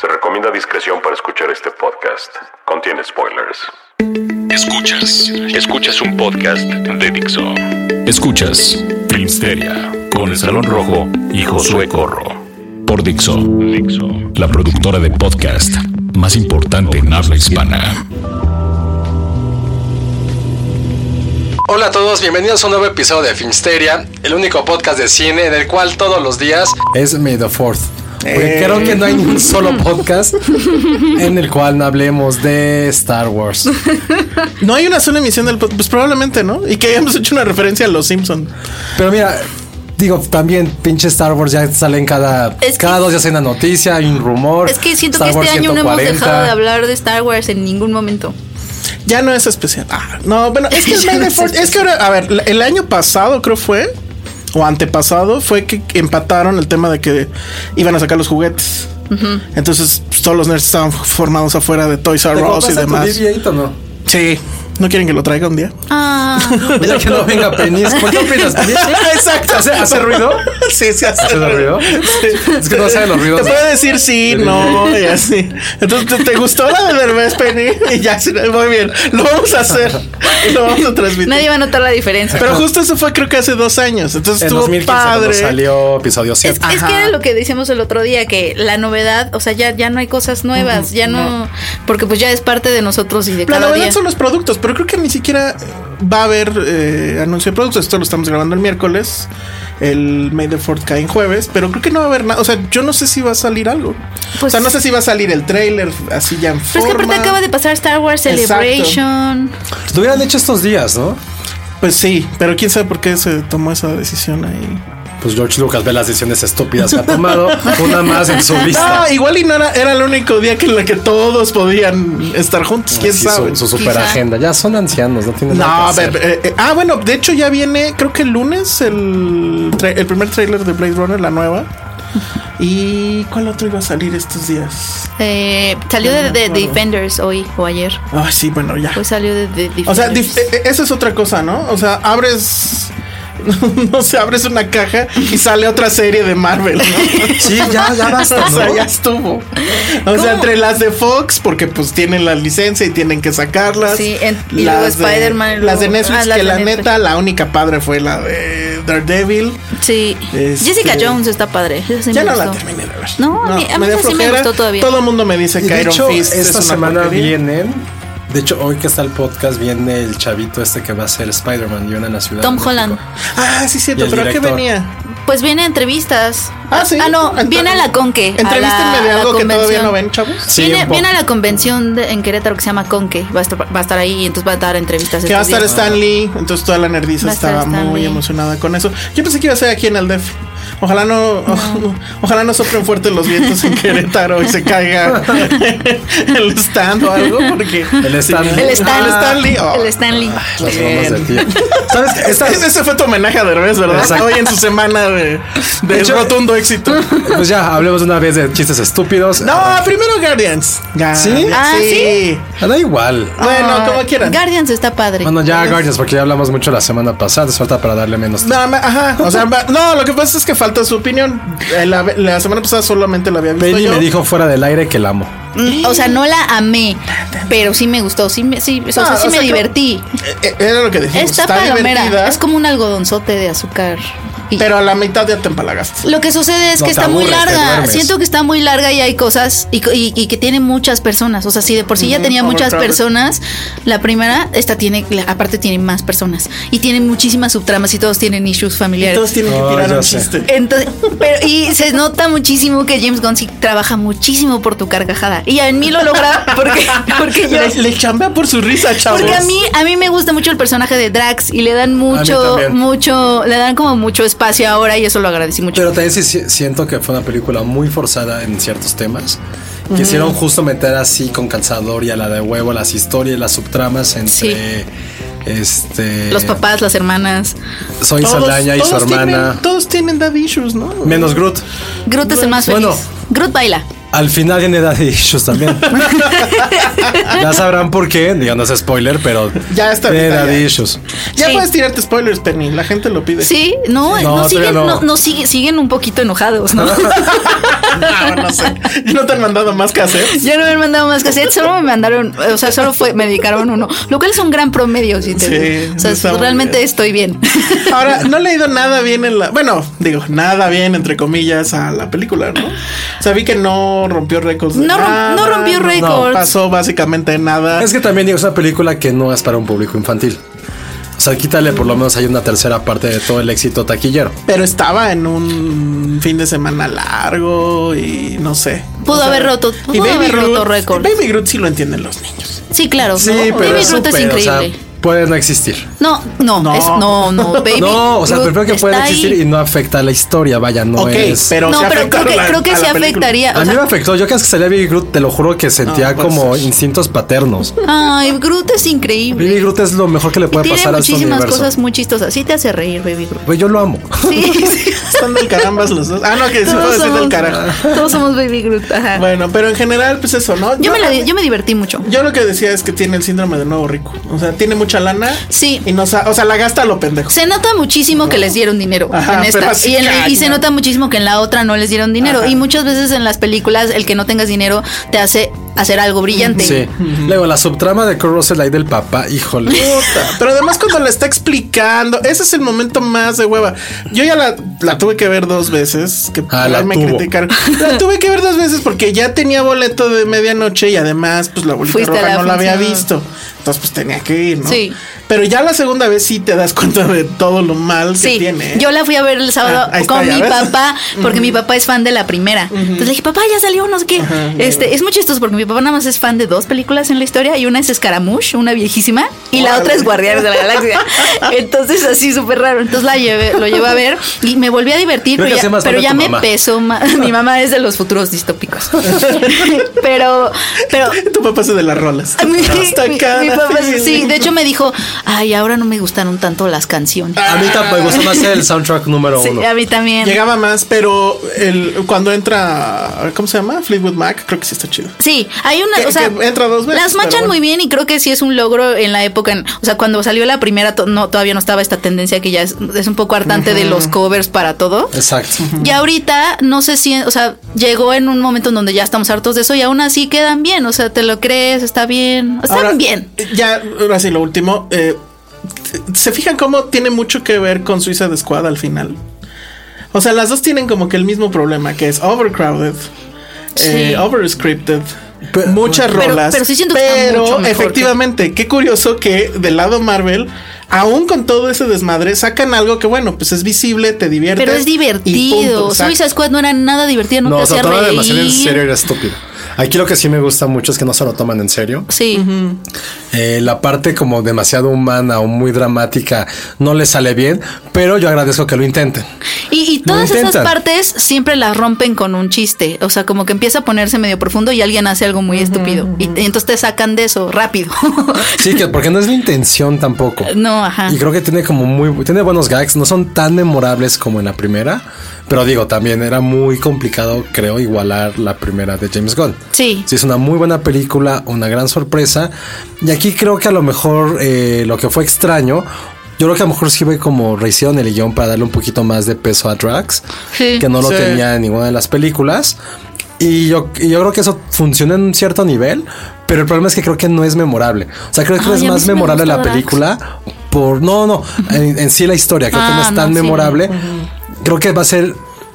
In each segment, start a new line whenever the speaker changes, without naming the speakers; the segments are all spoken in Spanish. Se recomienda discreción para escuchar este podcast. Contiene spoilers.
Escuchas, escuchas un podcast de Dixo. Escuchas Filmsteria con el Salón Rojo y Josué Corro. Por Dixo, la productora de podcast más importante en habla hispana.
Hola a todos, bienvenidos a un nuevo episodio de Filmsteria, el único podcast de cine en el cual todos los días Eh. es May the Fourth. Porque creo que no hay ni un solo podcast en el cual no hablemos de Star Wars.
No hay una sola emisión del pod- pues probablemente, ¿no? Y que hayamos hecho una referencia a los Simpson.
Pero mira, digo, también pinche Star Wars ya salen cada,
Es que-
cada dos días en la noticia, hay un rumor.
Es que siento
Star
que este
Wars
año no hemos
140.
dejado de hablar de Star Wars en ningún momento.
Ya no es especial. Ah, no, bueno, es que el
Ya
May
no
the
es
Fourth- es que ahora, a ver, la- el año pasado creo fue o antepasado fue que empataron el tema de que iban a sacar los juguetes. Entonces pues, todos los nerds estaban formados afuera de Toys
¿Te
R Us
compraste
y
tu
demás.
BB-8 o no?
Sí, no quieren que lo traiga un día.
Ah,
Ya que no venga Penis. ¿Por qué opinas? ¿Penis?
Exacto.
¿Hace, hace ruido?
Sí, sí, hace
¿Hace ruido?
Este,
Es que no sabe los ruidos.
Te puede decir sí, no, y así. Entonces, ¿te, te gustó la de Derbez, Penny? Y ya, sí, muy bien, lo vamos a hacer. y Lo vamos a transmitir.
nadie va a notar la diferencia.
Pero justo eso fue creo que hace dos años. Entonces
En
estuvo
2015 cuando
padre.
salió episodio
es,
7.
es que era lo que decíamos el otro día, que la novedad, o sea, ya, ya no hay cosas nuevas, ya no, porque pues ya es parte de nosotros y de
La
cada
novedad
día.
son los productos, pero creo que ni siquiera va a haber eh, anuncio de productos. Esto lo estamos grabando el miércoles. El May the Fourth cae en jueves, pero creo que no va a haber nada. O sea, yo no sé si va a salir algo.
Pues-
o sea, no sé si va a salir el trailer así ya en
Pero es que aparte
forma.
acaba de pasar Star Wars
Exacto.
Celebration.
Pues Lo hubieran hecho estos días, ¿no?
Pues sí, pero quién sabe por qué se tomó esa decisión ahí.
Pues George Lucas ve las decisiones estúpidas que ha tomado. Una más en su lista.
Ah, igual y no era, era el único día que en la que todos podían estar juntos, quién
Sí,
sabe.
su, su super
Quizá.
agenda. Ya son ancianos, no tienen
No,
nada
a
que
ver,
hacer.
eh, eh, ah, bueno, de hecho ya viene, creo que el lunes, el, tra- el primer tráiler de Blade Runner, la nueva. ¿Y cuál otro iba a salir estos días?
Eh, salió de, de
acuerdo.
Defenders hoy o ayer.
Ah, sí, bueno, ya.
Hoy salió de, de Defenders.
O sea, dif- eh, eh, eso es otra cosa, ¿no? O sea, abres... No sé, abres una caja y sale otra serie de Marvel, ¿no?
Sí, ya, ya basta,
O sea,
¿no?
ya estuvo. O sea, entre las de Fox, porque pues tienen la licencia y tienen que sacarlas.
Sí, en- y luego
Las de-
Spider-Man, y
Las de
luego-
Netflix,
ah, las
que
de
la
Netflix.
neta, la única padre fue la de Daredevil.
sí.
este-
Jessica Jones está padre. esa sí
Ya
me
no la
gustó.
terminé de ver.
No, a mí- a mí
dio
esa sí me
flojera.
gustó todavía.
Todo el mundo me dice
Y
que
de
Iron
hecho,
Fist.
esta
es una
semana
porquería.
vienen. De hecho, hoy que está el podcast, viene el chavito este que va a ser Spider-Man y una en la ciudad. de
Tom
México.
Holland.
Ah, sí,
Y
cierto,
el
pero ¿a qué
director.
venía?
Pues viene a entrevistas.
Ah, sí.
Ah, no,
Ento-
viene a la Conque. a
Entrevístenme
la-
de
a la
algo que todavía
convención.
no ven, chavos.
Sí,
viene,
un poco.
viene a la convención de- en Querétaro que se llama Conque. Va a estar, va a estar ahí y entonces va a dar entrevistas. este
Que va a
estos
estar
días.
Stanley, entonces toda la nerdiza
Va a estar
estaba
Stan
muy
Lee.
emocionada con eso. Yo pensé que iba a ser aquí en el DEF. Ojalá no, ojalá no soplen fuerte los vientos en Querétaro y se caiga el stand o algo, porque
El stand.
Sí.
El Stan-
Ah, el Stanley.
El Stanley.
Las bromas del tío. ¿Sabes qué? Esta-
Ese fue tu homenaje a Derbez, ¿verdad?
Exacto.
Hoy en su semana de, de
hecho-
rotundo éxito.
Pues ya, hablemos una vez de chistes estúpidos.
No, primero Guardians. Guardians,
Ah,
sí.
Da igual.
Bueno,
Ah,
como quieran.
Guardians está padre.
Bueno, ya Guardians, porque ya hablamos mucho la semana pasada. Suelta para darle menos. tiempo.
Nada más, ajá. O sea, va- no, lo que pasa es que falta su opinión. Eh, La, la semana pasada solamente la había visto.
Penny
yo.
me dijo fuera del aire que la amo.
Mm, O sea, no la amé, pero sí me gustó. Sí, me, sí, o sea,
No,
sí
o sea,
me
creo-
divertí.
Eh, eh, Era lo que decía.
Está, palomera. Es como un algodonzote de azúcar. Y
Pero a la mitad ya te empalagaste.
Lo que sucede es
No,
que
te
está muy
aburres, te
larga.
duermes.
Siento que está muy larga y hay cosas y, co- y- y que tiene muchas personas. O sea, si de por sí ya tenía muchas
overcrowded.
personas, la primera, esta tiene, la- aparte tiene más personas y tiene muchísimas subtramas y todos tienen issues familiares.
Todos tienen que
Oh,
tirar
ya
un
sé.
chiste.
Entonces, pero y se nota muchísimo que James Gunn sí trabaja muchísimo por tu carcajada. Y en mí lo logra porque, porque yo.
Le, le chambea por su risa, chavos.
Porque a mí, a mí me gusta mucho el personaje de Drax y le dan mucho,
también.
mucho, le dan como mucho espacio ahora y eso lo agradecí mucho.
Pero también sí, sí, siento que fue una película muy forzada en ciertos temas. Quisieron justo meter así con calzador y a la de huevo las historias, las subtramas entre
Sí.
este
Los papás, las hermanas.
Soy Saldaña y su
todos
hermana.
tienen- todos tienen dad issues, ¿no?
Menos Groot.
Groot es el más feliz.
Bueno.
Groot baila.
Al final tiene edad de issues también. ya sabrán por qué. Digo, no es spoiler, pero
Ya está,
tiene
ahorita
edad
ya.
de issues.
Ya
Sí.
puedes tirarte spoilers, Penny. La gente lo pide.
Sí, no, no,
No,
siguen,
todavía
no.
no.
no sigue- siguen un poquito enojados, ¿no?
No, no sé. ¿Y no te han mandado más que hacer?
Ya no me han mandado más cassettes, solo me mandaron, o sea, solo fue, me dedicaron uno, lo cual es un gran promedio, si te
Sí,
O sea,
está muy
realmente
bien.
estoy bien.
Ahora, no he leído nada bien en la. Bueno, digo, nada bien, entre comillas, a la película, ¿no? O sea, vi que no rompió récords. de
No rom-
nada,
no rompió récords.
No pasó básicamente nada.
Es que también digo, es una película que no es para un público infantil. O sea, quítale por lo menos hay una tercera parte de todo el éxito taquillero.
Pero estaba en un fin de semana largo y no sé.
Pudo haber roto- pudo haber roto
Groot-
récords.
Baby Groot sí lo entienden los niños.
Sí, claro.
Sí,
¿no?
pero
Baby
es
Groot
súper,
es
o sea,
increíble.
puede no existir.
no, no,
No.
es- no, no, Baby
no, o sea,
Groot
prefiero que pueda
está
existir
ahí.
y no afecta a la historia, vaya, no
ok,
es.
pero.
no,
sí
pero creo
afectaron
que,
la-
creo que
a
se
la película.
afectaría. o
a mí
sea,
me afectó. Yo cada vez que salía Baby Groot, te lo juro que sentía
puede
como
ser.
instintos paternos.
Ay, Groot es
Baby
increíble.
Groot es lo mejor que le
Y
puede
tiene
pasar a este
muchísimas
universo.
cosas muy chistosas. Sí te hace reír, Baby Groot.
Güey, yo lo amo.
Sí, sí.
Están del carambas los dos. Ah, no, que se puede
Todos
decir del
somos,
carajo.
todos somos Baby Groot. ajá.
Bueno, pero en general, pues eso, ¿no?
yo, me la di- yo me divertí mucho.
Yo lo que decía es que tiene el síndrome de nuevo rico. O sea, tiene mucha lana.
Sí.
Y no sa- o sea, la gasta a lo pendejo.
Se nota muchísimo que les dieron dinero
Ajá,
en
pero
esta.
así
Y, en- y se
cañón.
nota muchísimo que en la otra no les dieron dinero. Y muchas veces en las películas el que no tengas dinero te hace hacer algo brillante.
Sí. Luego, la subtrama de Kurt Russell ahí del papá, híjole.
Puta. Pero además cuando la está explicando, ese es el momento más de hueva. Yo ya la, la tuve que ver dos veces, que
Ah, la
me
tuvo.
criticaron. La tuve que ver dos veces porque ya tenía boleto de medianoche y además, pues la bolita
Fuiste a
roja
la
no la había
función.
visto. Entonces, pues tenía que ir, ¿no?
Sí.
Pero ya la segunda vez sí te das cuenta de todo lo mal que
Sí,
tiene. ¿eh?
yo la fui a ver el sábado
Ah, ahí está,
con
ya
mi
ves.
papá, porque mi papá es fan de la primera. Entonces le dije, papá, ya salió, no sé qué. este, es muy chistoso porque mi papá nada más es fan de dos películas en la historia y una es Scaramouche, una viejísima, y la
Órale.
otra es Guardianes de la Galaxia. Entonces así súper raro. Entonces la llevé, lo llevé a ver y me volví a divertir,
Creo
pero
que
ya,
hace más
pero
falta
ya
tu
me
mamá.
pesó más. mi mamá es de los futuros distópicos. pero, pero
Tu papá se de las rolas.
mi,
Hasta
mi-
cada
mi papá,
fin.
sí, de hecho me dijo, ay, ahora no me gustaron tanto las canciones.
A
Ah,
mí tampoco me gusta más el soundtrack número
Sí,
uno.
a mí también.
Llegaba más, pero el, cuando entra, ¿cómo se llama? Fleetwood Mac, creo que sí está chido.
Sí, hay una,
Que-
o sea,
que entra dos veces,
las machan
pero bueno.
muy bien y creo que sí es un logro en la época, en- o sea, cuando salió la primera, to- no, todavía no estaba esta tendencia que ya es, es un poco hartante de los covers para todo.
Exacto.
Y ahorita no sé si, o sea, llegó en un momento en donde ya estamos hartos de eso y aún así quedan bien, o sea, te lo crees, está bien, están
Ahora, eh,
bien.
Ya, ahora sí, lo último. eh, ¿Se fijan cómo tiene mucho que ver con Suiza de Squad al final? O sea, las dos tienen como que el mismo problema, que es overcrowded, eh,
Sí.
overscripted.
Pe-
muchas
Pero-
rolas.
pero sí siento que está
pero
mucho mejor
efectivamente, qué curioso que del lado Marvel, aún con todo ese desmadre, sacan algo que, bueno, pues es visible, te divierte.
Pero es divertido. Suiza Squad no era nada divertido, no,
No,
te
o sea,
hacía
tomaba
reír.
demasiado en serio y era estúpido. Aquí lo que sí me gusta mucho es que no se lo toman en serio.
Sí.
Eh, la parte como demasiado humana o muy dramática no le sale bien, pero yo agradezco que lo intenten.
Y, y
Lo
todas esas
intentan.
partes siempre las rompen con un chiste. O sea, como que empieza a ponerse medio profundo y alguien hace algo muy estúpido. Y, y entonces te sacan de eso rápido.
Sí, que porque no es la intención tampoco.
no, ajá.
Y creo que tiene como muy, tiene buenos gags, no son tan memorables como en la primera, pero digo, también era muy complicado, creo, igualar la primera de James Gunn.
Sí.
Sí, es una muy buena película, una gran sorpresa. Y aquí creo que a lo mejor eh, lo que fue extraño, yo creo que a lo mejor sirve como rehicieron el guión para darle un poquito más de peso a Drax,
Sí.
que no lo
Sí.
tenía en ninguna de las películas. Y yo, y yo creo que eso funciona en un cierto nivel, pero el problema es que creo que no es memorable. O sea, creo que
Ay,
es
a mí
más
sí me
memorable
gusta
la
Drax.
película por... No, no, en, en sí la historia, creo que
Ah,
no es tan
no, sí.
memorable.
creo que va a ser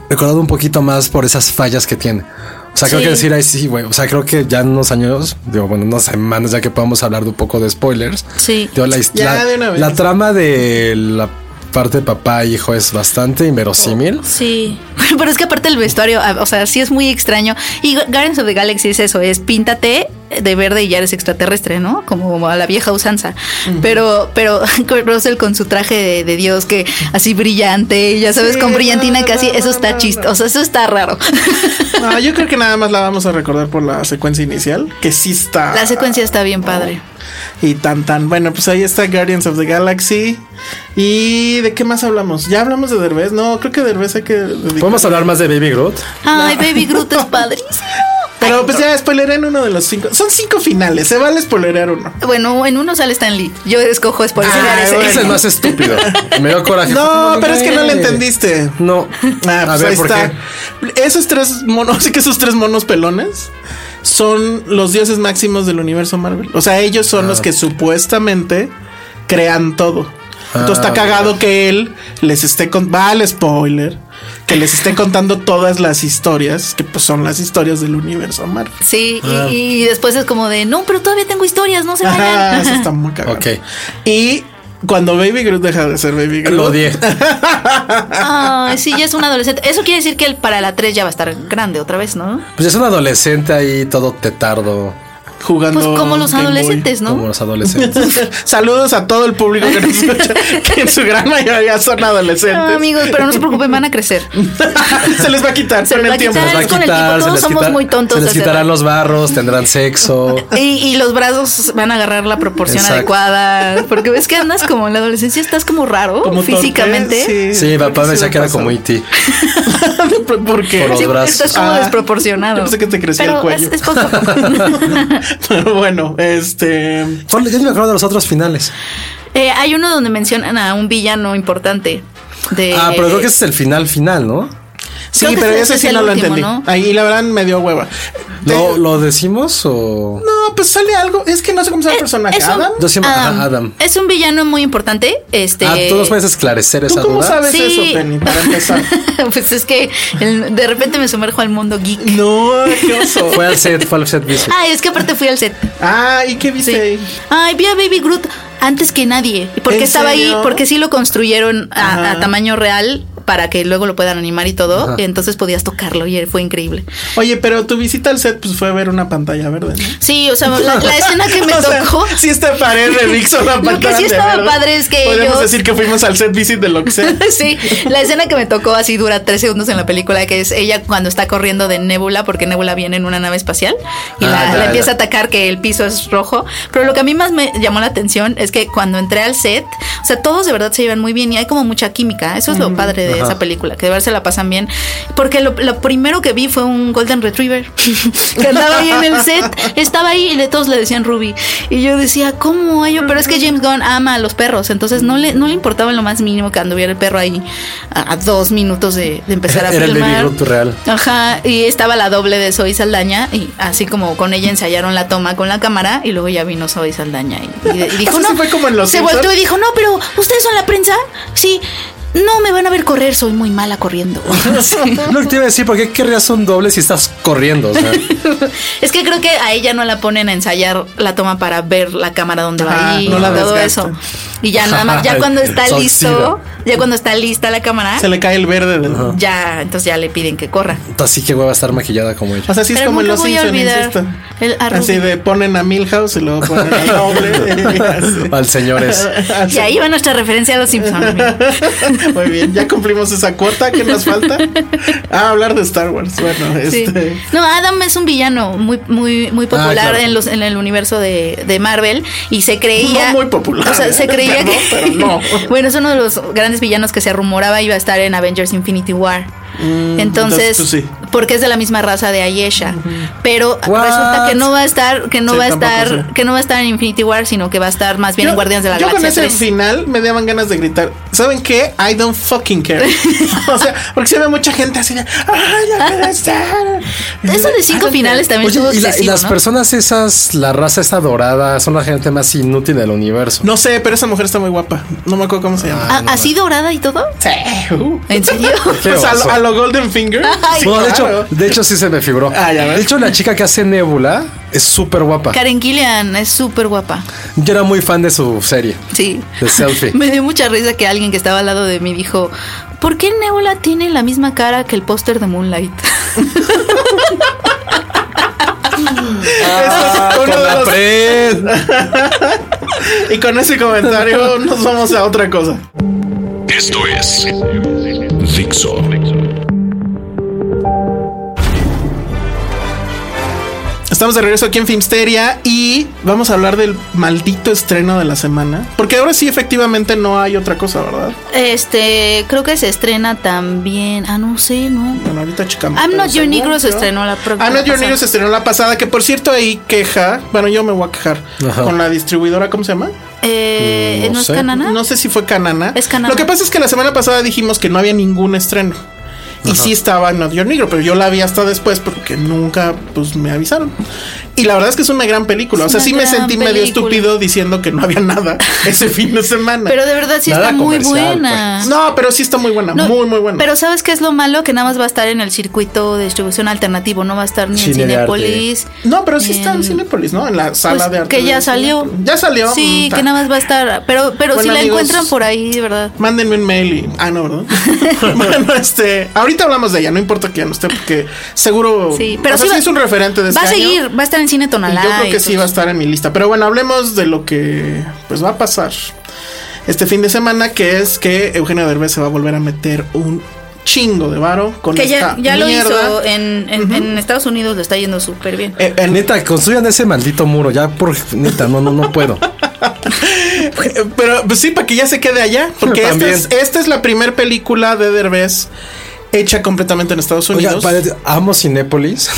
recordado un poquito más por esas fallas que tiene. O sea, creo
Sí.
que decir ahí sí, güey. O sea, creo que ya en unos años, digo, bueno, unas semanas ya que podamos hablar de un poco de spoilers.
Sí.
Digo, la,
Ya,
la-
de una vez.
la trama de la parte de papá e hijo es bastante inverosímil.
Oh.
Sí, pero es que aparte el vestuario, ah, o sea, sí es muy extraño. Y Gu- Guardians of the Galaxy es eso, es píntate de verde y ya eres extraterrestre, ¿no? Como a la vieja usanza. Pero, pero Russell con su traje de, de Dios que así brillante, ya sabes,
Sí,
con brillantina
no,
casi,
no,
eso
no,
está
no,
chistoso, eso está raro.
No, yo creo que nada más la vamos a recordar por la secuencia inicial, que sí está.
La secuencia está bien padre.
Y tan tan. Bueno, pues ahí está Guardians of the Galaxy. ¿Y de qué más hablamos? ¿Ya hablamos de Derbez? No, creo que Derbez hay que. dedicar-
Podemos hablar más de Baby Groot.
Ah,
Ay, Baby Groot es padrísimo.
Pero pues ya spoileré uno de los cinco. Son cinco finales, se vale spoilerear uno.
Bueno, en uno sale Stan Lee. Yo escojo
Ah,
spoilear
Ay,
ese.
bueno.
Ese es el más estúpido. Me dio coraje.
No, pero es que no le
güey.
entendiste.
No.
Ah,
a
pues
ver,
ahí
¿por
está.
qué?
Esos tres monos, sí que esos tres monos pelones son los dioses máximos del universo Marvel. O sea, ellos son
Ah.
los que supuestamente crean todo. Entonces
Ah,
está cagado que él les esté con vale spoiler, que les esté contando todas las historias, que pues son las historias del universo Marvel.
Sí, y- y, después es como de, no, pero todavía tengo historias, no se vayan.
Ajá, eso está muy cagado.
Ok.
Y cuando Baby Groot deja de ser Baby Groot,
Lo odié.
Ay, sí, ya es un adolescente. Eso quiere decir que el para la 3 ya va a estar grande otra vez, ¿no?
Ah,
Pues es un adolescente ahí, todo tetardo,
jugando
Pues como los
Game Boy.
adolescentes,
como
¿no?
los adolescentes.
Saludos a todo el público que nos escucha, que en su gran mayoría son adolescentes.
Ah, amigos, pero no se preocupen, van a crecer.
se les va a quitar
Se
con
les
el
va a
tiempo.
quitar.
les va a
Es con el
quitar,
tiempo,
se
todos
les
somos
quitar-
muy tontos
Se les
a esa edad.
quitarán los barros, tendrán sexo.
Y, y los brazos van a agarrar la proporción
Exacto.
adecuada. Porque ves que andas como en la adolescencia, estás como raro
torpe,
uh, físicamente.
Sí, papá me decía que era como E
IT.
E.T.
¿Por qué?
Por los
Sí,
brazos.
estás como
Ah,
desproporcionado.
yo pensé que te crecía el
Pero
cuello.
Es, es poco a poco.
Pero bueno, este.
Son- Yo ni me acuerdo de los otros finales.
Eh, hay uno donde mencionan a un villano importante. De,
Ah, pero creo que ese es el final final, ¿no?
Sí,
Creo que
pero
ese-
ese
ese
sí
es
no
el
lo
último,
entendí.
¿no?
Ahí la verdad me dio hueva.
¿Lo, lo decimos o...?
No, pues sale algo. Es que no sé cómo se llama el personaje.
Eh, Es un-
Adam.
Yo siempre... ajá, Adam.
Es un villano muy importante. Este,
Ah, ¿tú nos puedes esclarecer
¿Tú
esa
cómo
duda?
sabes
Sí.
eso, Penny? Para empezar.
pues es que el- de repente me sumerjo al mundo geek.
no, qué oso.
Fue al set, fue al set visit.
Ay, es que aparte fui al set.
Ah, ¿y qué viste
Sí.
ahí?
Ay, vi a Baby Groot antes que nadie. ¿Y por qué
¿En
estaba
serio?
ahí? Porque sí lo construyeron
Ajá.
a, a tamaño real para que luego lo puedan animar y todo. Entonces podías tocarlo y fue increíble.
Oye, pero tu visita al set pues fue ver una pantalla verde, ¿no?
Sí, o sea, la, la escena que me
O sea,
tocó.
sí está padre Remix una
Lo que
pantalla
sí
de
estaba
verde.
padre es que
Podríamos
ellos-
decir que fuimos al set visit de Loxel.
Sí, la escena que me tocó así dura tres segundos en la película, que es ella cuando está corriendo de Nebula, porque Nebula viene en una nave espacial y la,
Ah, ya,
la empieza
ya.
a atacar que el piso es rojo. Pero lo que a mí más me llamó la atención es que cuando entré al set, o sea, todos de verdad se llevan muy bien y hay como mucha química. Eso es lo padre de esa película, que de verdad se la pasan bien. Porque lo, lo primero que vi fue un Golden Retriever que andaba ahí en el set. Estaba ahí y de todos le decían Ruby. Y yo decía, ¿cómo hay? un-?" Pero es que James Gunn ama a los perros, entonces no le, no le importaba en lo más mínimo que anduviera el perro ahí a, a dos minutos de, de empezar a
Era el
filmar.
Baby Groot real.
Ajá, y estaba la doble de Zoe Saldaña y así como con ella ensayaron la toma con la cámara y luego ya vino Zoe Saldaña y, y- y dijo,
O sea,
no,
sí fue como en Los
se
Simpson.
volteó y dijo, no, pero ustedes son la prensa, sí, no me van a ver correr, soy muy mala corriendo.
Lo que te iba a decir, ¿por qué querrías un doble si estás corriendo? O sea,
es que creo que a ella no la ponen a ensayar la toma para ver la cámara donde va
Ajá,
a ir
no
y
la
todo
desgastan.
eso. Y ya nada más, ya cuando está
Son
listo, ya cuando está lista la cámara,
Se le cae el verde del.
ya, entonces ya le piden que corra.
así que voy a estar maquillada como ella.
O sea, sí es
Pero
como en
nunca
los
voy a
Simpsons,
olvidar
insisto.
el arrugio.
Así de ponen a Milhouse y luego ponen a Noble. y así.
Al señores.
Así.
Y ahí va nuestra referencia a los Simpsons. amigo.
Muy bien, ya cumplimos esa cuota. ¿Qué nos falta? Ah, hablar de Star Wars. Bueno,
Sí.
este. Ah,
No, Adam es un villano muy, muy, muy popular
claro.
en los, en el universo de, de Marvel y se
No
creía.
muy popular,
O sea,
¿eh?
se creía
Perdón,
que.
pero no.
bueno, es uno de los grandes villanos que se rumoraba iba a estar en Avengers Infinity War.
Mm, entonces,
entonces,
pues sí.
porque es de la misma raza de Ayesha, pero
What?
resulta que no va a estar que no
Sí,
va a
tampoco
estar
sé.
que no va a estar en Infinity War, sino que va a estar más bien en Guardianes de la
yo
Galaxia.
con ese
3.
final me daban ganas de gritar. ¿Saben qué? I don't fucking care. o sea, porque se ve mucha gente así de. ¡Ay, la van a estar".
Eso de cinco
I don't
finales
care.
también
Oye,
estuvo
y, la- y
excesivo,
las
¿no?
personas esas, la raza esta dorada, son la gente más inútil del universo.
No sé, pero esa mujer está muy guapa. No me acuerdo cómo se llama.
Ah, eh, ¿Así dorada y todo?
Sí. uh.
¿En serio?
Qué
O sea, a, lo,
oso.
a lo Golden Finger.
Ah,
Sí,
Bueno, de,
pues, claro.
hecho, de hecho, sí se me figuró.
Ah, ya ves.
de hecho, la chica que hace Nebula es súper guapa.
Karen Gillian es súper guapa.
Yo era muy fan de su serie.
Sí.
De selfie.
Me dio mucha risa que alguien que estaba al lado de mí dijo, ¿por qué Nebula tiene la misma cara que el póster de Moonlight?
Eso es uno de los- y con ese comentario nos vamos a otra cosa.
Esto es Dixo.
Estamos de regreso aquí en Filmsteria y vamos a hablar del maldito estreno de la semana. Porque ahora sí, efectivamente, no hay otra cosa, ¿verdad?
Este, creo que se estrena también. Ah, no sé, no.
Bueno, ahorita checamos.
I'm
pero
Not Your
según
Negro se
yo-
estrenó la próxima
I'm Not Your
pasada.
Negro se estrenó la pasada, que por cierto ahí queja. Bueno, yo me voy a quejar
Ajá.
con la distribuidora, ¿cómo se llama?
Eh,
Mm, No
¿No es
sé.
Canana?
No sé si fue Canana.
Es Canana.
Lo que pasa es que la semana pasada dijimos que no había ningún estreno. Y sí estaba Not Your Negro, pero yo la vi hasta después porque nunca pues me avisaron. Y la verdad es que es una gran película.
Es
o sea,
una
sí me
gran
sentí medio
película.
estúpido diciendo que no había nada ese fin de semana.
Pero de verdad sí
Nada
está muy
comercial, pues.
buena.
no, pero sí está muy buena,
No,
muy muy buena.
Pero ¿sabes qué es lo malo? Que nada más va a estar en el circuito de distribución alternativo, no va a estar ni en
Cine de arte.
Cinepolis.
no, pero sí está en
en-
Cinepolis, ¿no? En la sala
Em, Pues,
de arte.
que ya
de
salió.
Cinépolis. Ya salió.
Sí,
Mm,
que
ta.
nada más va a estar. Pero, pero si
Bueno,
la
amigos.
encuentran por ahí, de verdad.
Mándenme un mail y. Ah, no, ¿verdad? bueno, este. Ahorita hablamos de ella, no importa que ya no esté, porque seguro.
Sí, pero
Oh. o sea,
sí va-
es un referente de este
Va a
año,
seguir, va a estar en cine
y
Tonalá.
Yo creo
y pues,
que sí
todo.
va a estar en mi lista. Pero bueno, hablemos de lo que pues va a pasar este fin de semana, que es que Eugenio Derbez se va a volver a meter un chingo de varo con
Que ya,
esta
ya lo
mierda.
hizo en, en- en Estados Unidos, le está yendo súper bien.
Eh, en-
Neta, construyan ese maldito muro. Ya por neta, no, no, no puedo.
Eh, Pero pues sí, para que ya se quede allá. Porque esta
También.
es, esta es la primera película de Derbez hecha completamente en Estados
Oiga,
Unidos.
padre, amo Cinépolis.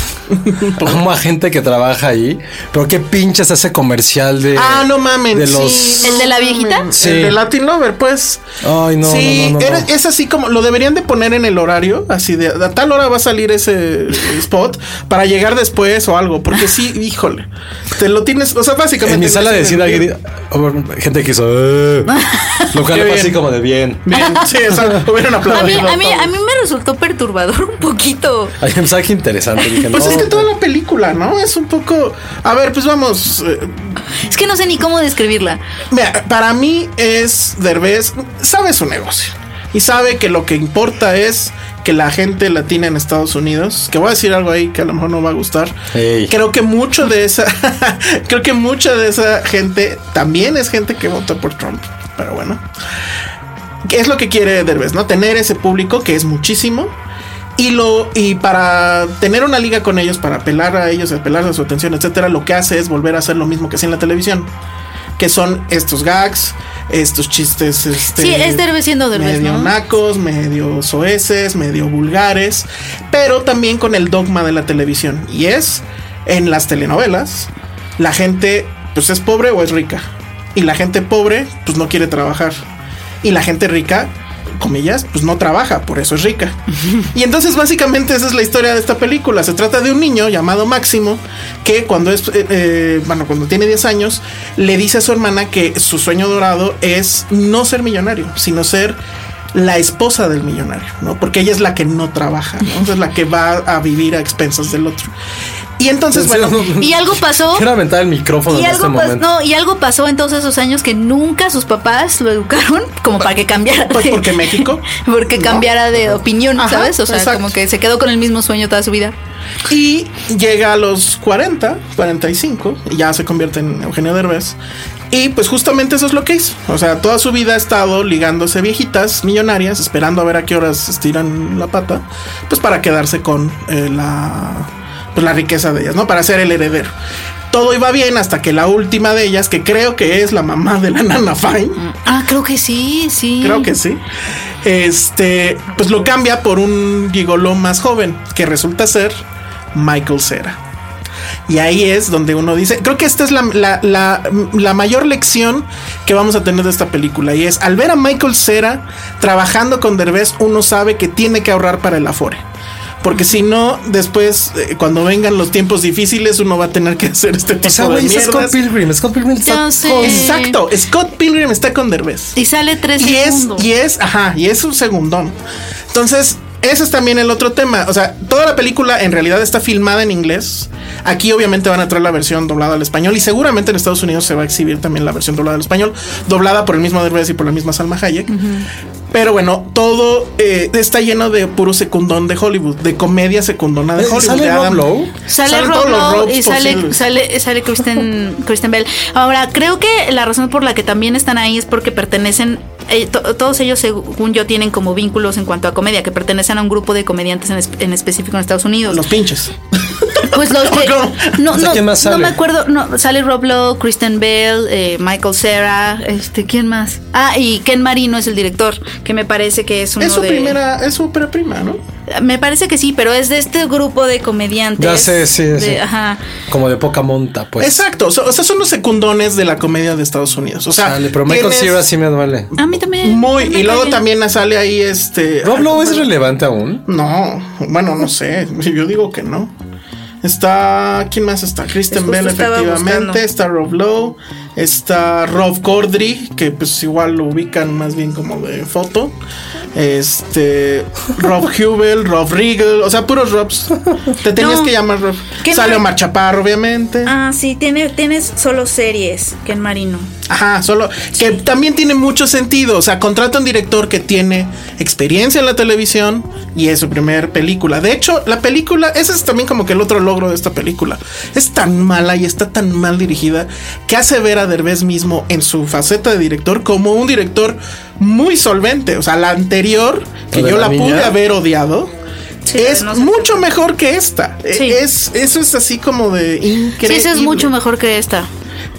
amo a gente que trabaja ahí. Pero qué pinches hace comercial de.
ah, no mamen.
De
sí,
los.
no
¿El de la
mamen.
viejita?
Sí.
El Mm, de Latin Lover, pues.
Ay, no,
sí,
no, no, no,
era-
no.
es así como lo deberían de poner en el horario, así de a tal hora va a salir ese spot para llegar después o algo, porque sí, híjole, te lo tienes, o sea, básicamente
En mi
lo
sala de
tienes
cine
bien.
hay gente que hizo. "Eh", Lo cual
Qué
fue
bien.
así como de bien.
Bien, sí, o sea, hubieran
A mí,
aplaudido.
a, mí,
todo.
a mí me resultó perturbador un poquito.
Hay un mensaje interesante. dije,
Pues
no.
es que toda la película, ¿no? Es un poco, a ver, pues vamos, eh,
Es que no sé ni cómo describirla.
Mira, para mí es Derbez, sabe su negocio y sabe que lo que importa es que la gente latina en Estados Unidos, que voy a decir algo ahí que a lo mejor no va a gustar.
Ey.
Creo que mucho de esa creo que mucha de esa gente también es gente que votó por Trump, pero bueno. ¿Qué es lo que quiere Derbez, ¿no? Tener ese público que es muchísimo. Y, lo, y para tener una liga con ellos, para apelar a ellos, apelar a su atención, etcétera, lo que hace es volver a hacer lo mismo que hacía en la televisión que son estos gags, estos chistes. Este,
Sí, es Derbez siendo Derbez,
Medio
¿no?
nacos, medio soeces, medio vulgares, pero también con el dogma de la televisión. Y es en las telenovelas, la gente pues es pobre o es rica. Y la gente pobre pues no quiere trabajar. Y la gente rica comillas, pues no trabaja, por eso es rica. Y entonces básicamente esa es la historia de esta película. Se trata de un niño llamado Máximo que cuando es, eh, eh, bueno, cuando tiene 10 años, le dice a su hermana que su sueño dorado es no ser millonario, sino ser la esposa del millonario, ¿no? Porque ella es la que no trabaja, ¿no? Es la que va a vivir a expensas del otro. Y
Pues
entonces,
En serio,
bueno,
no-
Y algo pasó.
Quiero aventar el micrófono
Y
en este
algo, pas-
momento.
no, y algo pasó en todos esos años que nunca sus papás lo educaron como para que cambiara.
pues
de-
porque México
Porque
No.
cambiara de opinión,
Ajá,
¿sabes? O sea,
exacto.
como que se quedó con el mismo sueño toda su vida.
Y llega a los 40, 45, y ya se convierte en Eugenio Derbez. Y pues justamente eso es lo que hizo. O sea, toda su vida ha estado ligándose viejitas, millonarias, esperando a ver a qué horas estiran la pata, pues para quedarse con eh, la, pues, la riqueza de ellas, ¿no? Para ser el heredero. Todo iba bien hasta que la última de ellas, que creo que es la mamá de la nana Fine,
Ah, creo que sí, sí.
creo que sí, Este, pues lo cambia por un gigoló más joven, que resulta ser Michael Cera. Y ahí es donde uno dice, creo que esta es la, la- la- la mayor lección que vamos a tener de esta película. Y es, al ver a Michael Cera trabajando con Derbez, uno sabe que tiene que ahorrar para el afore. Porque si no, después, eh, cuando vengan los tiempos difíciles, uno va a tener que hacer este tipo
O sea,
de
güey, es Scott
mierdas.
Pilgrim. Scott Pilgrim está
Ya sé.
con-
Exacto, Scott Pilgrim está con Derbez.
Y sale tres
Y es,
segundos.
y es, ajá, y es un segundón. Entonces, ese es también el otro tema. O sea, toda la película en realidad está filmada en inglés. Aquí obviamente van a traer la versión doblada al español y seguramente en Estados Unidos se va a exhibir también la versión doblada al español, doblada por el mismo Derbez y por la misma Salma Hayek. Pero bueno, todo eh, está lleno de puro secundón de Hollywood, de comedia secundona de
Eh,
Hollywood.
¿sale
de
Rob
Adam-
Lowe?
Sale
salen todos
Rob
los
Lowe
Robs
y sale,
posibles.
sale, sale Kristen, Kristen Bell. Ahora, creo que la razón por la que también están ahí es porque pertenecen, eh, to- todos ellos, según yo, tienen como vínculos en cuanto a comedia, que pertenecen a un grupo de comediantes en, es- en específico en Estados Unidos.
Los pinches.
Pues los que.
¿Cómo?
No,
O sea,
no,
¿quién más
no
sale?
me acuerdo. No, sale Rob Lowe, Kristen Bell, eh, Michael Cera. Este, ¿Quién más? Ah, y Ken Marino es el director, que me parece que es uno
es su
de.
primera, es su ópera prima, ¿no?
Me parece que sí, pero es de este grupo de comediantes.
Ya sé, sí,
de-
sí.
Ajá.
Como de poca monta, pues.
Exacto, so- o sea, son los secundones de la comedia de Estados Unidos. O sea,
Chale, pero Michael
tienes-
Cera sí me duele.
A mí también.
Muy,
me
y luego
cae.
también sale ahí este.
¿Rob Lowe es relevante aún?
No, bueno, no sé. Yo digo que no. Está. ¿Quién más está?
Es
Kristen
justo
Bell,
estaba buscando.
efectivamente. Está Rob Lowe. Está Rob Corddry, que pues igual lo ubican más bien como de foto. Este. Rob Hubel, Rob Riegel. O sea, puros Robs. Te tenías
No.
que llamar Rob.
¿Qué
Sale
no?
Omar Chaparro, obviamente.
Ah, sí, tiene, tienes solo series, Ken Marino.
Ajá, solo que también tiene mucho sentido. O sea, contrata un director que tiene experiencia en la televisión y es su primer película. De hecho, la película, ese es también como que el otro logro de esta película. Es tan mala y está tan mal dirigida que hace ver a Derbez mismo en su faceta de director como un director muy solvente. O sea, la anterior, que
¿La de
yo
la
la pude
niña?
haber odiado.
Sí,
es
no sé.
mucho mejor que esta. E-
Sí.
Es, eso es así como de increíble.
Sí, eso es mucho mejor que esta.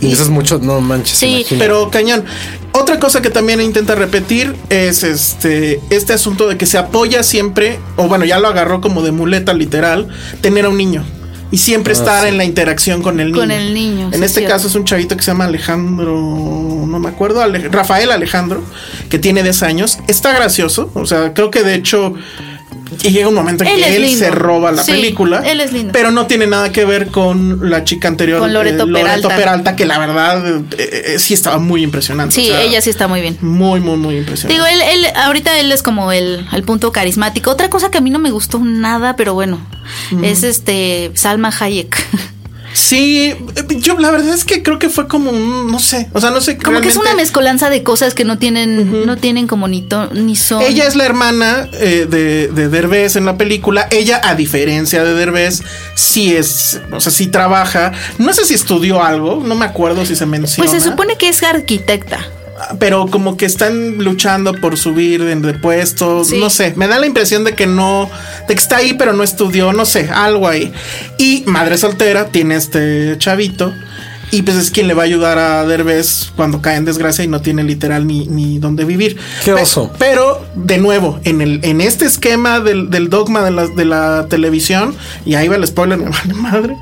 Y eso es mucho, no manches.
Sí,
imagínate.
Pero cañón. Otra cosa que también intenta repetir es este, este asunto de que se apoya siempre, o bueno, ya lo agarró como de muleta literal, tener a un niño. Y siempre estar en la interacción con el niño.
Con el niño,
En
sí,
este
cierto.
caso es un chavito que se llama Alejandro, no me acuerdo, Ale- Rafael Alejandro, que tiene 10 años. Está gracioso, o sea, creo que de hecho y llega un momento en
Él es
que él
lindo.
se roba la
Sí,
película.
él es lindo.
Pero no tiene nada que ver con la chica anterior, eh,
Con Loreto Peralta.
Peralta, que la verdad eh, eh, sí estaba muy impresionante.
Sí,
o sea,
ella sí está muy bien.
Muy, muy, muy impresionante.
Digo, él, él, ahorita él es como el, el punto carismático. Otra cosa que a mí no me gustó nada, pero bueno, es este Salma Hayek.
sí, eh, yo la verdad es que creo que fue como un, no sé, o sea, no sé.
Como que es
realmente-
una mezcolanza de cosas que no tienen, no tienen como ni, to- ni son.
Ella es la hermana eh, de, de Derbez en la película. Ella, a diferencia de Derbez, sí es, o sea, sí trabaja. No sé si estudió algo, no me acuerdo si se menciona. Ah,
pues se supone que es arquitecta.
pero como que están luchando por subir de, de puesto,
Sí.
no sé, me da la impresión de que no, de que está ahí pero no estudió, no sé, algo ahí. Y madre soltera tiene este chavito y pues es quien le va a ayudar a Derbez cuando cae en desgracia y no tiene literal ni, ni dónde vivir.
Qué
Pe-
oso.
Pero de nuevo, en, el, en este esquema del, del dogma de la, de la televisión, y ahí va el spoiler, me vale madre,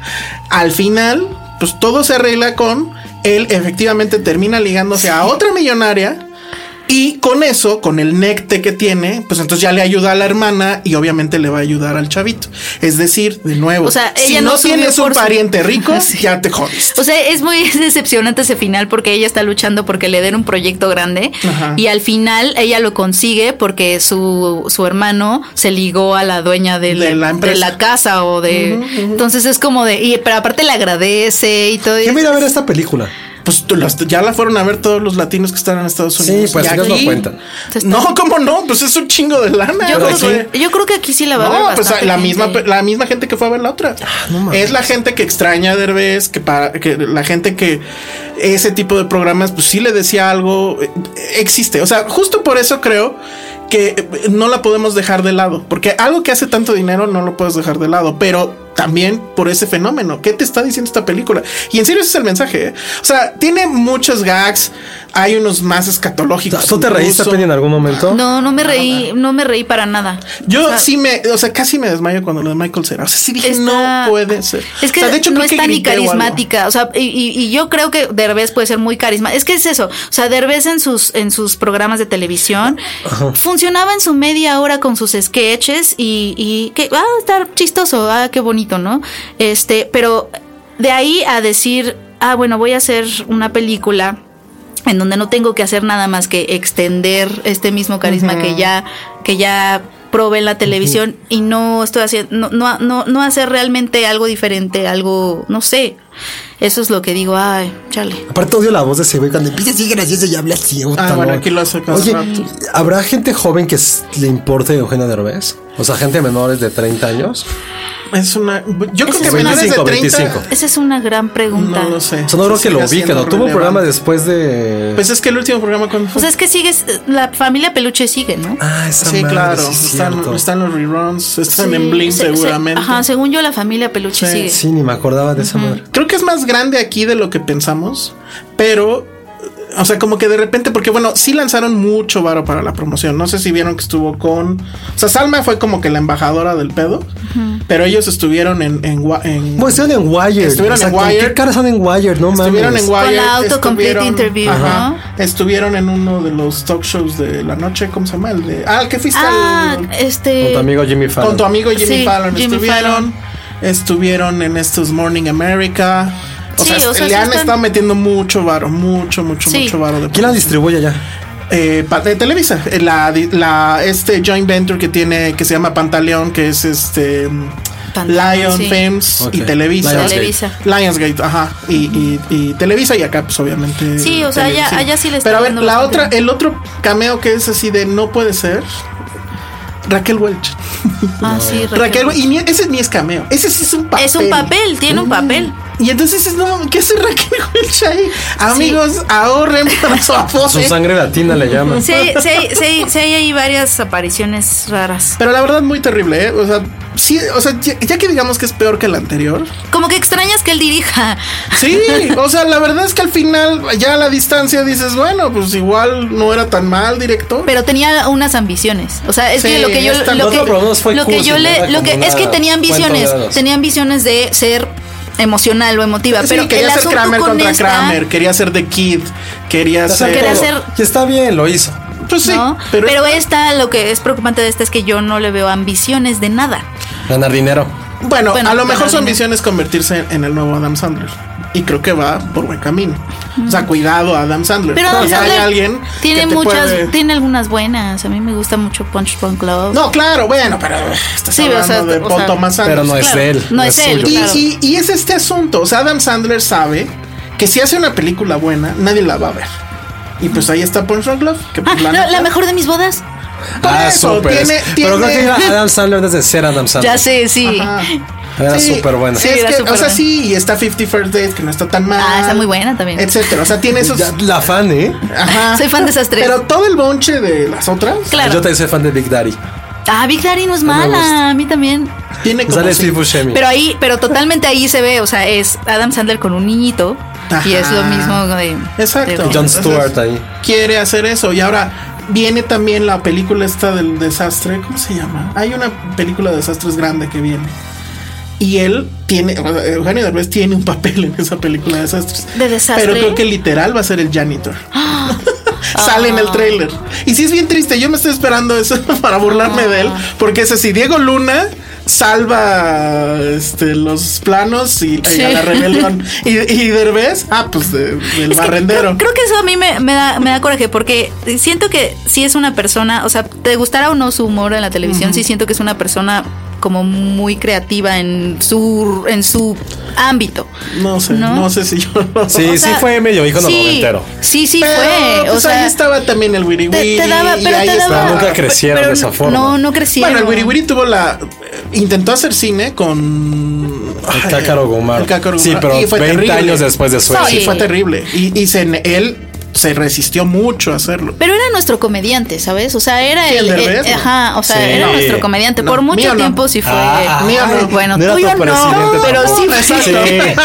al final, pues todo se arregla con él efectivamente termina ligándose a otra millonaria. Y con eso, con el necte que tiene, pues entonces ya le ayuda a la hermana y obviamente le va a ayudar al chavito. Es decir, de nuevo,
O sea,
si
ella
no,
no subió
tienes un
por su-
pariente rico,
Sí.
ya te jodes.
O sea, es muy decepcionante ese final porque ella está luchando porque le den un proyecto grande
Ajá.
y al final ella lo consigue porque su, su hermano se ligó a la dueña de,
De la empresa.
casa o de... Entonces es como de... Y, pero aparte le agradece y todo. y-
¿Quién va a ir a ver esta película?
Pues tú las- ya la fueron a ver todos los latinos que están en Estados
Sí,
Unidos.
pues
Y
ellos no
aquí-
cuentan.
No, ¿cómo no? Pues es un chingo de lana.
yo,
güey.
creo que, yo creo que aquí sí la va a ver.
No, pues
bastante
la
gente.
misma, la misma gente que fue a ver la otra. es la gente que extraña a Derbez, que para que la gente que ese tipo de programas, pues sí le decía algo. eh, Existe. O sea, justo por eso creo que eh, no la podemos dejar de lado. Porque algo que hace tanto dinero no lo puedes dejar de lado. Pero también por ese fenómeno. ¿Qué te está diciendo esta película? Y en serio ese es el mensaje. ¿eh? O sea, tiene muchos gags, hay unos más escatológicos.
¿Tú te reíste,
incluso.
Penny, en algún momento?
No, no me
Ah,
reí, no me reí para nada.
Yo
O sea,
sí me, o sea, casi me desmayo cuando lo de Michael Cera. O sea, sí dije,
está-
no puede ser.
Es que
O sea, de hecho,
no
creo que
está ni
grité o algo.
carismática. O sea, y, y- y yo creo que Derbez puede ser muy carismática. Es que es eso. O sea, Derbez en sus, en sus programas de televisión funcionaba en su media hora con sus sketches y, y que va a estar chistoso. Ah, qué bonito, ¿no? Este, pero de ahí a decir, ah, bueno, voy a hacer una película en donde no tengo que hacer nada más que extender este mismo carisma que ya que ya probé en la televisión y no estoy haciendo no, no, no, no hacer realmente algo diferente, algo no sé. Eso es lo que digo, ay, chale.
Aparte odio la voz de ese güey cuando empieza así gracioso y habla así. puta
Ah, bueno,
madre.
aquí lo hace cada
Oye,
rato.
¿habrá gente joven que s- le importe Eugenio Derbez? O sea, gente menores de 30 años.
Es una. Yo creo que
25,
menores de 30.
25.
Esa es una gran pregunta.
No lo sé.
O sea, no creo
Sí,
que lo
sigue
ubiquen. ¿no?
siendo
Tuvo un programa
relevante.
después de...
Pues es que el último programa cuando
O sea, Pues es que sigues la familia peluche sigue, ¿no?
ah, esa
Sí,
madre,
claro.
sí es
están,
cierto.
están los reruns, están
Sí,
en Blink
se- se-
seguramente.
ajá, según yo la familia peluche
Sí.
sigue.
Sí, ni me acordaba de esa madre.
Creo que es más grande aquí de lo que pensamos, pero. O sea, como que de repente, porque bueno, sí lanzaron mucho varo para la promoción. No sé si vieron que estuvo con. O sea, Salma fue como que la embajadora del pedo, pero ellos estuvieron en. en, Wa- en-
Bueno, Pues, estuvieron en Wired.
Estuvieron
O sea,
en
¿con
Wired.
¿Qué caras están en Wired? No mames.
Estuvieron en Wired.
Con la autocomplete
estuvieron-
interview,
ajá, Estuvieron en uno de los talk shows de la noche, ¿cómo se llama? El de, ah, el que fuiste
Ah,
al-
Con
este
tu amigo Jimmy Fallon.
con tu amigo Jimmy
Sí,
Fallon.
Jimmy
estuvieron,
Fallon.
estuvieron en estos Morning America. O
Sí,
sea,
o sea,
le
sí
han
están-
estado metiendo mucho varo, mucho, mucho,
Sí.
mucho varo. De
¿Quién la distribuye ya?
eh, pa- de Televisa, eh, la, di- la- este joint venture que tiene, que se llama Pantaleón, que es este mm,
Pantaleón,
Lion
sí.
Films
Ok.
y Televisa.
Lionsgate.
Televisa.
Lionsgate, ajá. Y, y- y Televisa y acá, pues obviamente.
Sí, o sea, allá-
Televisa.
allá sí le está
Pero a ver,
dando
la
bastante.
otra, el otro cameo que es así de no puede ser. Raquel Welch.
Ah, sí,
Raquel, Welch, y ni- ese ni es cameo. Ese sí es un papel. Mm.
Es un papel, tiene un papel.
Y entonces dices, no, mames, ¿qué hace Raquel Welch ahí? Amigos, ahorren para su
Su
apoyo.
sangre latina le llaman.
Sí, sí, sí, sí, hay ahí varias apariciones raras.
Pero la verdad, muy terrible, ¿eh? O sea, sí, o sea, ya, ya que digamos que es peor que el anterior.
Como que extrañas que él dirija.
Sí, o sea, la verdad es que al final, ya a la distancia, dices, bueno, pues igual no era tan mal, director.
Pero tenía unas ambiciones. O sea, es
Sí,
que lo que yo
esta-
lo que,
Nosotros probamos fue
lo que
cursi,
yo
¿no?
le
Era
lo que
como
es que
una
tenía ambiciones,
cuento de hadas.
tenía ambiciones de ser emocional o emotiva,
Sí,
pero el
quería ser
asunto
Kramer
con
contra
esta,
Kramer, quería ser The Kid, quería
O sea,
ser.
quería
todo.
ser-
Y está bien, lo hizo.
Pues sí,
¿no?
pero,
pero, esta lo que es preocupante de esta es que yo no le veo ambiciones de nada.
Ganar dinero.
bueno,
bueno,
a lo
bueno,
mejor su
dime.
ambición es convertirse en el nuevo Adam Sandler. Y creo que va por buen camino. O sea, cuidado, Adam Sandler.
Pero
O sea,
Adam Sandler
hay alguien
tiene
que te
muchas
puede-
tiene algunas buenas. A mí me gusta mucho Punch Drunk Love.
No, claro, bueno, pero eh, estás
Sí, o sea,
hablando de
o sea,
Paul Thomas Anderson. Ah,
Pero no es
Claro,
él.
no es él,
suyo.
Y,
Claro.
y- y es este asunto. O sea, Adam Sandler sabe que si hace una película buena, nadie la va a ver. Y pues ahí está Punch Drunk Love. Que
Ah,
pues,
no,
neta-
la mejor de mis bodas.
Por
Ah,
eso,
súper.
tiene-
Pero creo
tiene-
que era Adam Sandler desde ser Adam Sandler.
Ya sé, sí.
Ajá.
Era
Sí,
súper bueno.
sí,
Sí,
es
era
que,
súper
o sea,
buena.
sí, y está 50 First Dates, que no está tan mal.
Ah, está muy buena también.
Etcétera. O sea, tiene esos.
Ya, la fan, ¿eh?
Ajá.
Soy fan de esas tres.
Pero todo el bonche de las otras
Claro.
Yo también soy fan de Big Daddy.
Ah, Big Daddy no es
me gusta.
mala, a mí también.
tiene como.
Sale
si-
Pues Steve Buscemi.
Pero ahí, pero totalmente ahí se ve, o sea, es Adam Sandler con un niñito y es lo
Ajá.
mismo de
Exacto.
de-
John
Entonces,
Stewart ahí.
Quiere hacer eso. Y ahora viene también la película esta del desastre. ¿Cómo se llama? Hay una película de desastres grande que viene. Y él tiene, o sea, Eugenio Derbez tiene un papel en esa película de desastres.
¿De desastre? Ah.
Pero creo que literal va a ser el janitor. Sale en el trailer. Y sí es bien triste, yo me estoy esperando eso para burlarme de
Ah.
él. Porque es así, Diego Luna salva este, los planos y, y a la
Sí.
rebelión. Y, y Derbez, ah, pues de- del
Es que
barrendero.
Creo, creo que eso a mí me, me da, me da coraje porque siento que si es una persona, o sea, te gustará o no su humor en la televisión, sí siento que es una persona como muy creativa en su en su ámbito.
No sé,
¿No?
no, sé si yo lo
Sí,
O sea,
sí fue medio hijo
sí,
noventero.
Sí, sí
Pero,
fue.
pues
o sea,
ahí estaba también el Wiri
te,
Wiri.
te daba,
y
pero
ahí
te
estaba-
daba.
Nunca crecieron
pero
de esa forma.
No, no crecieron.
Bueno, el Wiri Wiri tuvo la. eh, intentó hacer cine con.
El Cácaro Gomar.
El Cácaro
Sí,
Gomar.
pero
Y fue
20
terrible.
años después de su
No,
éxito.
y fue terrible. Y, y se, él se resistió mucho a hacerlo.
Pero era nuestro comediante, ¿sabes? O sea, era
¿Quién,
el.
Derbez,
eh,
no?
ajá, o sea,
Sí.
era nuestro comediante.
No,
Por mucho
mío no.
tiempo sí fue.
Ah,
Ay,
mío no.
Bueno,
No era
tuyo
tu
no,
presidente
pero sí
tampoco.
fue.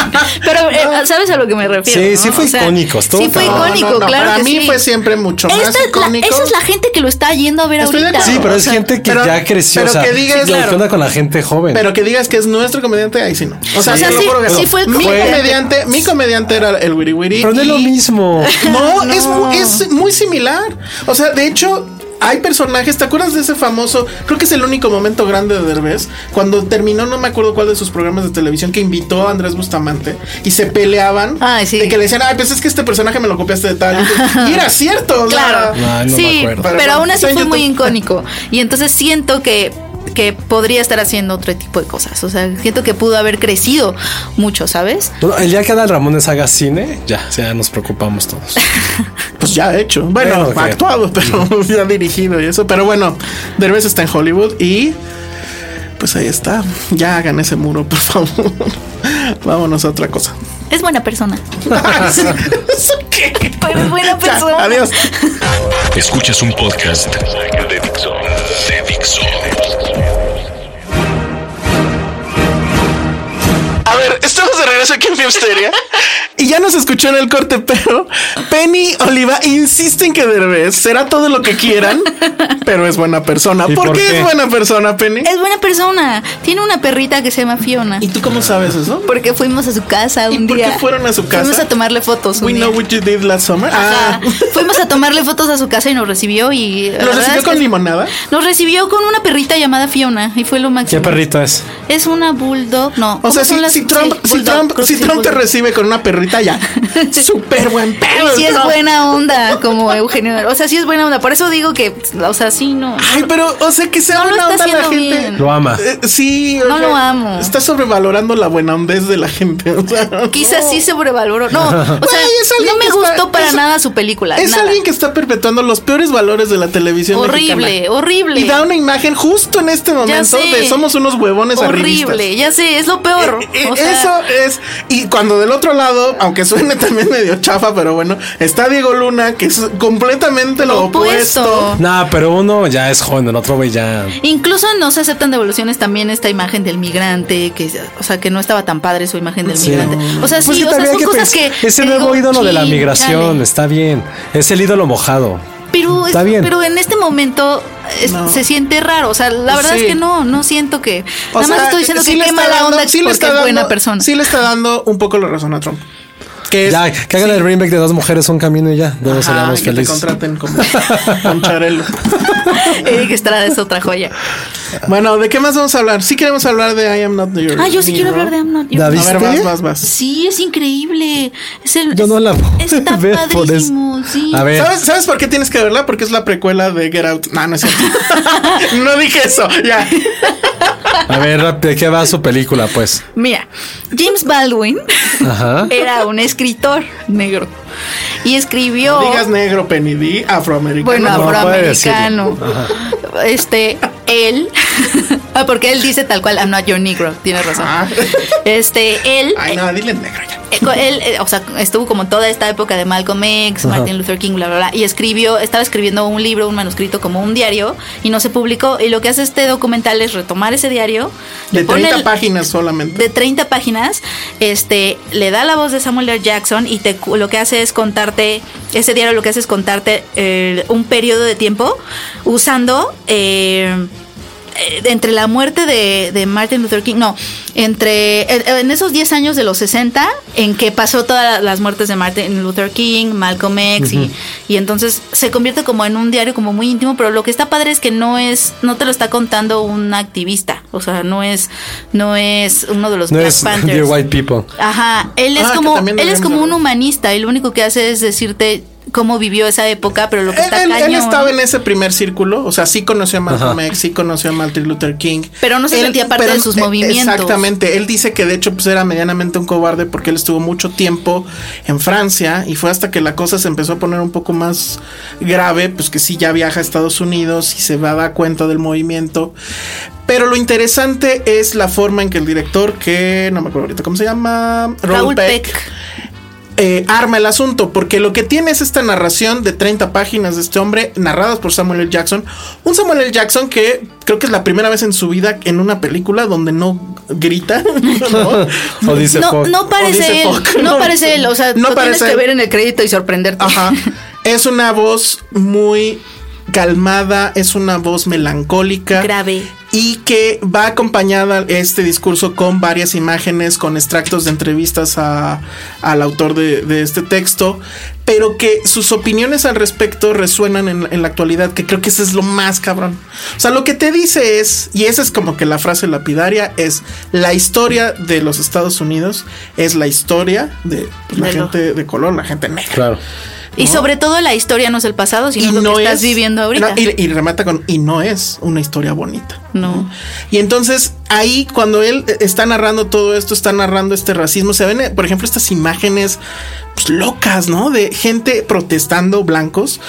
pero eh, ¿sabes a lo que me refiero?
Sí,
no?
sí fue
O sea,
icónico, estuvo
Sí fue
cabrón.
icónico,
No, no, no,
claro.
Para
que
mí
sí.
fue siempre mucho
Esta
más
es la-
icónico.
esa es la gente que lo está yendo a ver
Estoy de
ahorita.
acuerdo.
Sí, pero es
O sea,
gente que
pero-
ya creció.
pero
o sea,
que digas,
lo que
claro.
onda con la gente joven.
Pero que digas que es nuestro comediante, ahí sí no. O sea,
O sea,
te lo
sí-
juro que
sí
no.
fue
mi
como-
comediante, mi comediante era el Wiri Wiri.
Pero no es
y-
lo mismo.
No,
No.
Es, mu- es muy similar. O sea, de hecho, hay personajes. ¿Te acuerdas de ese famoso? Creo que es el único momento grande de Derbez. Cuando terminó, no me acuerdo cuál de sus programas de televisión, que invitó a Andrés Bustamante y se peleaban.
Ay, sí.
De que le decían, ay, pues es que este personaje me lo copiaste de tal. Y era cierto. o sea,
Claro.
Ay, Ah, no me
sí,
acuerdo.
pero,
Pero
aún
bueno,
así
está en
fue muy
YouTube.
icónico. Y entonces siento que que podría estar haciendo otro tipo de cosas. O sea, siento que pudo haber crecido mucho, ¿sabes?
No, el día que Adal Ramones haga cine, ya, ya nos preocupamos todos.
Pues ya hecho. Bueno,
Bueno, ok.
actuado, pero ya dirigido y eso. Pero bueno, Derbez está en Hollywood y pues ahí está. Ya hagan ese muro, por favor. Vámonos a otra cosa.
Es buena persona.
¿Eso qué?
Pero es buena
Ya,
persona.
adiós.
Escuchas un podcast de Dixo. De Dixo.
A ver, estamos de regreso aquí en Filmsteria. Y ya nos escuchó en el corte, pero Penny Oliva insiste en que Derbez será todo lo que quieran, pero es buena persona.
¿Y
¿Por,
por
qué,
qué?
es buena persona, Penny?
Es buena persona. Tiene una perrita que se llama Fiona.
¿Y tú cómo sabes eso?
Porque fuimos a su casa
¿Y
un
por
día.
qué fueron a su casa?
Fuimos a tomarle fotos. un
We
día.
know what you did last summer. Ah,
Ajá. Fuimos a tomarle fotos a su casa y nos recibió y. la
¿Lo
verdad
recibió
es
con
que-
limonada?
Nos recibió con una perrita llamada Fiona y fue lo
¿Qué
máximo.
perrito es?
Es una bulldog, no.
O
¿cómo
sea,
son
si,
las-
si Trump,
sí,
si
bulldog,
Trump,
creo
si
que sí,
Trump te
bulldog.
recibe con una perrita ya. Súper buen pedo.
Sí es
Trump.
buena onda como Eugenio. O sea, sí es buena onda. Por eso digo que, o sea, sí no.
Ay, pero, o sea, que sea
No lo
buena
está
onda la
haciendo
gente.
bien.
Lo ama.
Eh, sí. o
No
sea,
lo amo.
Está sobrevalorando la buena hondez de la gente. o sea,
Quizás
no.
sí sobrevaloró. No, o sea,
Güey, es alguien
no me
que
gustó
está-
para
es-
nada su película.
Es
nada.
alguien que está perpetuando los peores valores de la televisión.
horrible,
mexicana.
horrible.
Y da una imagen justo en este momento
sé.
de somos unos huevones arribistas.
horrible, ya sé, es lo peor.
Eh, eh,
O sea,
Eso es. Y cuando del otro lado, aunque suene también medio chafa, pero bueno, está Diego Luna, que es completamente lo
Opuesto.
opuesto.
Nah, pero uno ya es joven, el otro güey ya.
Incluso no se aceptan devoluciones también esta imagen del migrante, que o sea que no estaba tan padre su imagen del
Sí.
migrante. O sea,
Pues
sí,
que
o sea,
también
son
hay que
cosas
pensar-
que
Es
te
el nuevo
digo,
ídolo de la
chin,
migración,
chale.
está bien. Es el ídolo mojado.
Pero,
Está
es-
bien.
pero en este momento es-
No.
se siente raro. O sea, la verdad
Sí.
es que no, no siento que.
O
nada más
sea,
estoy diciendo
sí
que
le
qué
está
mala
dando-
onda
sí le
porque
está
es buena
dando-
persona.
Sí le está dando un poco la razón a Trump. Que es,
Ya, que hagan el remake de dos mujeres un camino y ya. Todos
Ajá,
seríamos
y que te
felices.
contraten como con Charelo.
Eric Estrada es otra joya.
Bueno, ¿de qué más vamos a hablar? Sí queremos hablar de I Am Not New York.
Ah, yo sí quiero hablar de ¿Eh? I'm Not Your
David.
A ver, vas,
¿Viste?
vas, vas.
Sí, es increíble. Es el,
Yo no la puedo
Está
ver por eso.
padrísimo, sí.
A ver,
¿Sabes, ¿Sabes por qué tienes que verla? Porque es la precuela de Get Out. No, no es cierto. no dije eso. Ya.
a ver, rápido, ¿de qué va su película, pues?
Mira, James Baldwin
Ajá.
era un escritor negro y escribió.
No digas negro, Penny D, afroamericano.
Oh. Bueno,
No, puede
afroamericano. Este, él. ah, porque él dice tal cual, I'm not your negro. Tienes razón.
Ah.
Este, él.
Ay, no, dile negro ya.
eh, co- Él, eh, o sea, estuvo como toda esta época de Malcolm X, Martin Luther King, bla, bla, bla, y escribió, estaba escribiendo un libro, un manuscrito como un diario, y no se publicó. Y lo que hace este documental es retomar ese diario,
De
le pone
30
el-
páginas solamente.
de 30 páginas, este, le da la voz de Samuel L. Jackson y te, cu- lo que hace es contarte, ese diario lo que hace es contarte eh, un periodo de tiempo usando eh, eh, entre la muerte de, de Martin Luther King, no, entre en, en esos 10 años de los 60 en que pasó todas las muertes de Martin Luther King, Malcolm X y, y entonces se convierte como en un diario como muy íntimo, pero lo que está padre es que no es no te lo está contando un activista, o sea, no es no es uno de los
No
Black
es
Panthers.
Dear White People.
Ajá, él es
Ah, que
como
también
él es
deberíamos
como un
hablar.
humanista y lo único que hace es decirte cómo vivió esa época, pero lo que
Él,
está
él- él
cañón.
estaba en ese primer círculo, o sea, sí conoció a Malcolm
Ajá.
X, sí conoció a Martin Luther King.
Pero no se sentía parte de sus
eh,
movimientos.
Exactamente, él dice que de hecho pues era medianamente un cobarde porque él estuvo mucho tiempo en Francia y fue hasta que la cosa se empezó a poner un poco más grave, pues que sí ya viaja a Estados Unidos y se va a dar cuenta del movimiento. Pero lo interesante es la forma en que el director, que no me acuerdo ahorita cómo se llama,
Raúl Peck.
eh, arma el asunto, porque lo que tiene es esta narración de 30 páginas de este hombre, narradas por Samuel L. Jackson. Un Samuel L. Jackson que creo que es la primera vez en su vida en una película donde no grita. ¿no?
O dice
no,
fuck.
no
dice
parece él.
fuck,
No
¿no?
parece él. O sea,
No
lo tienes
parece
que
él.
ver en el crédito y sorprenderte.
Ajá. Es una voz muy calmada, es una voz melancólica.
Grave.
Y que va acompañada este discurso con varias imágenes, con extractos de entrevistas a- al autor de, de este texto, pero que sus opiniones al respecto resuenan en, en la actualidad, que creo que eso es lo más cabrón. O sea, lo que te dice es, y esa es como que la frase lapidaria, es la historia de los Estados Unidos, es la historia de pues, la
De lo-
gente de color, la gente negra.
Claro.
Y sobre todo la historia no es el pasado, sino lo que estás viviendo ahorita.
no, y, y remata con, y no es una historia bonita.
no.
Y entonces ahí cuando él eh, está narrando todo esto, está narrando este racismo, se ven, eh, por ejemplo, estas imágenes pues, locas, ¿no? De gente protestando blancos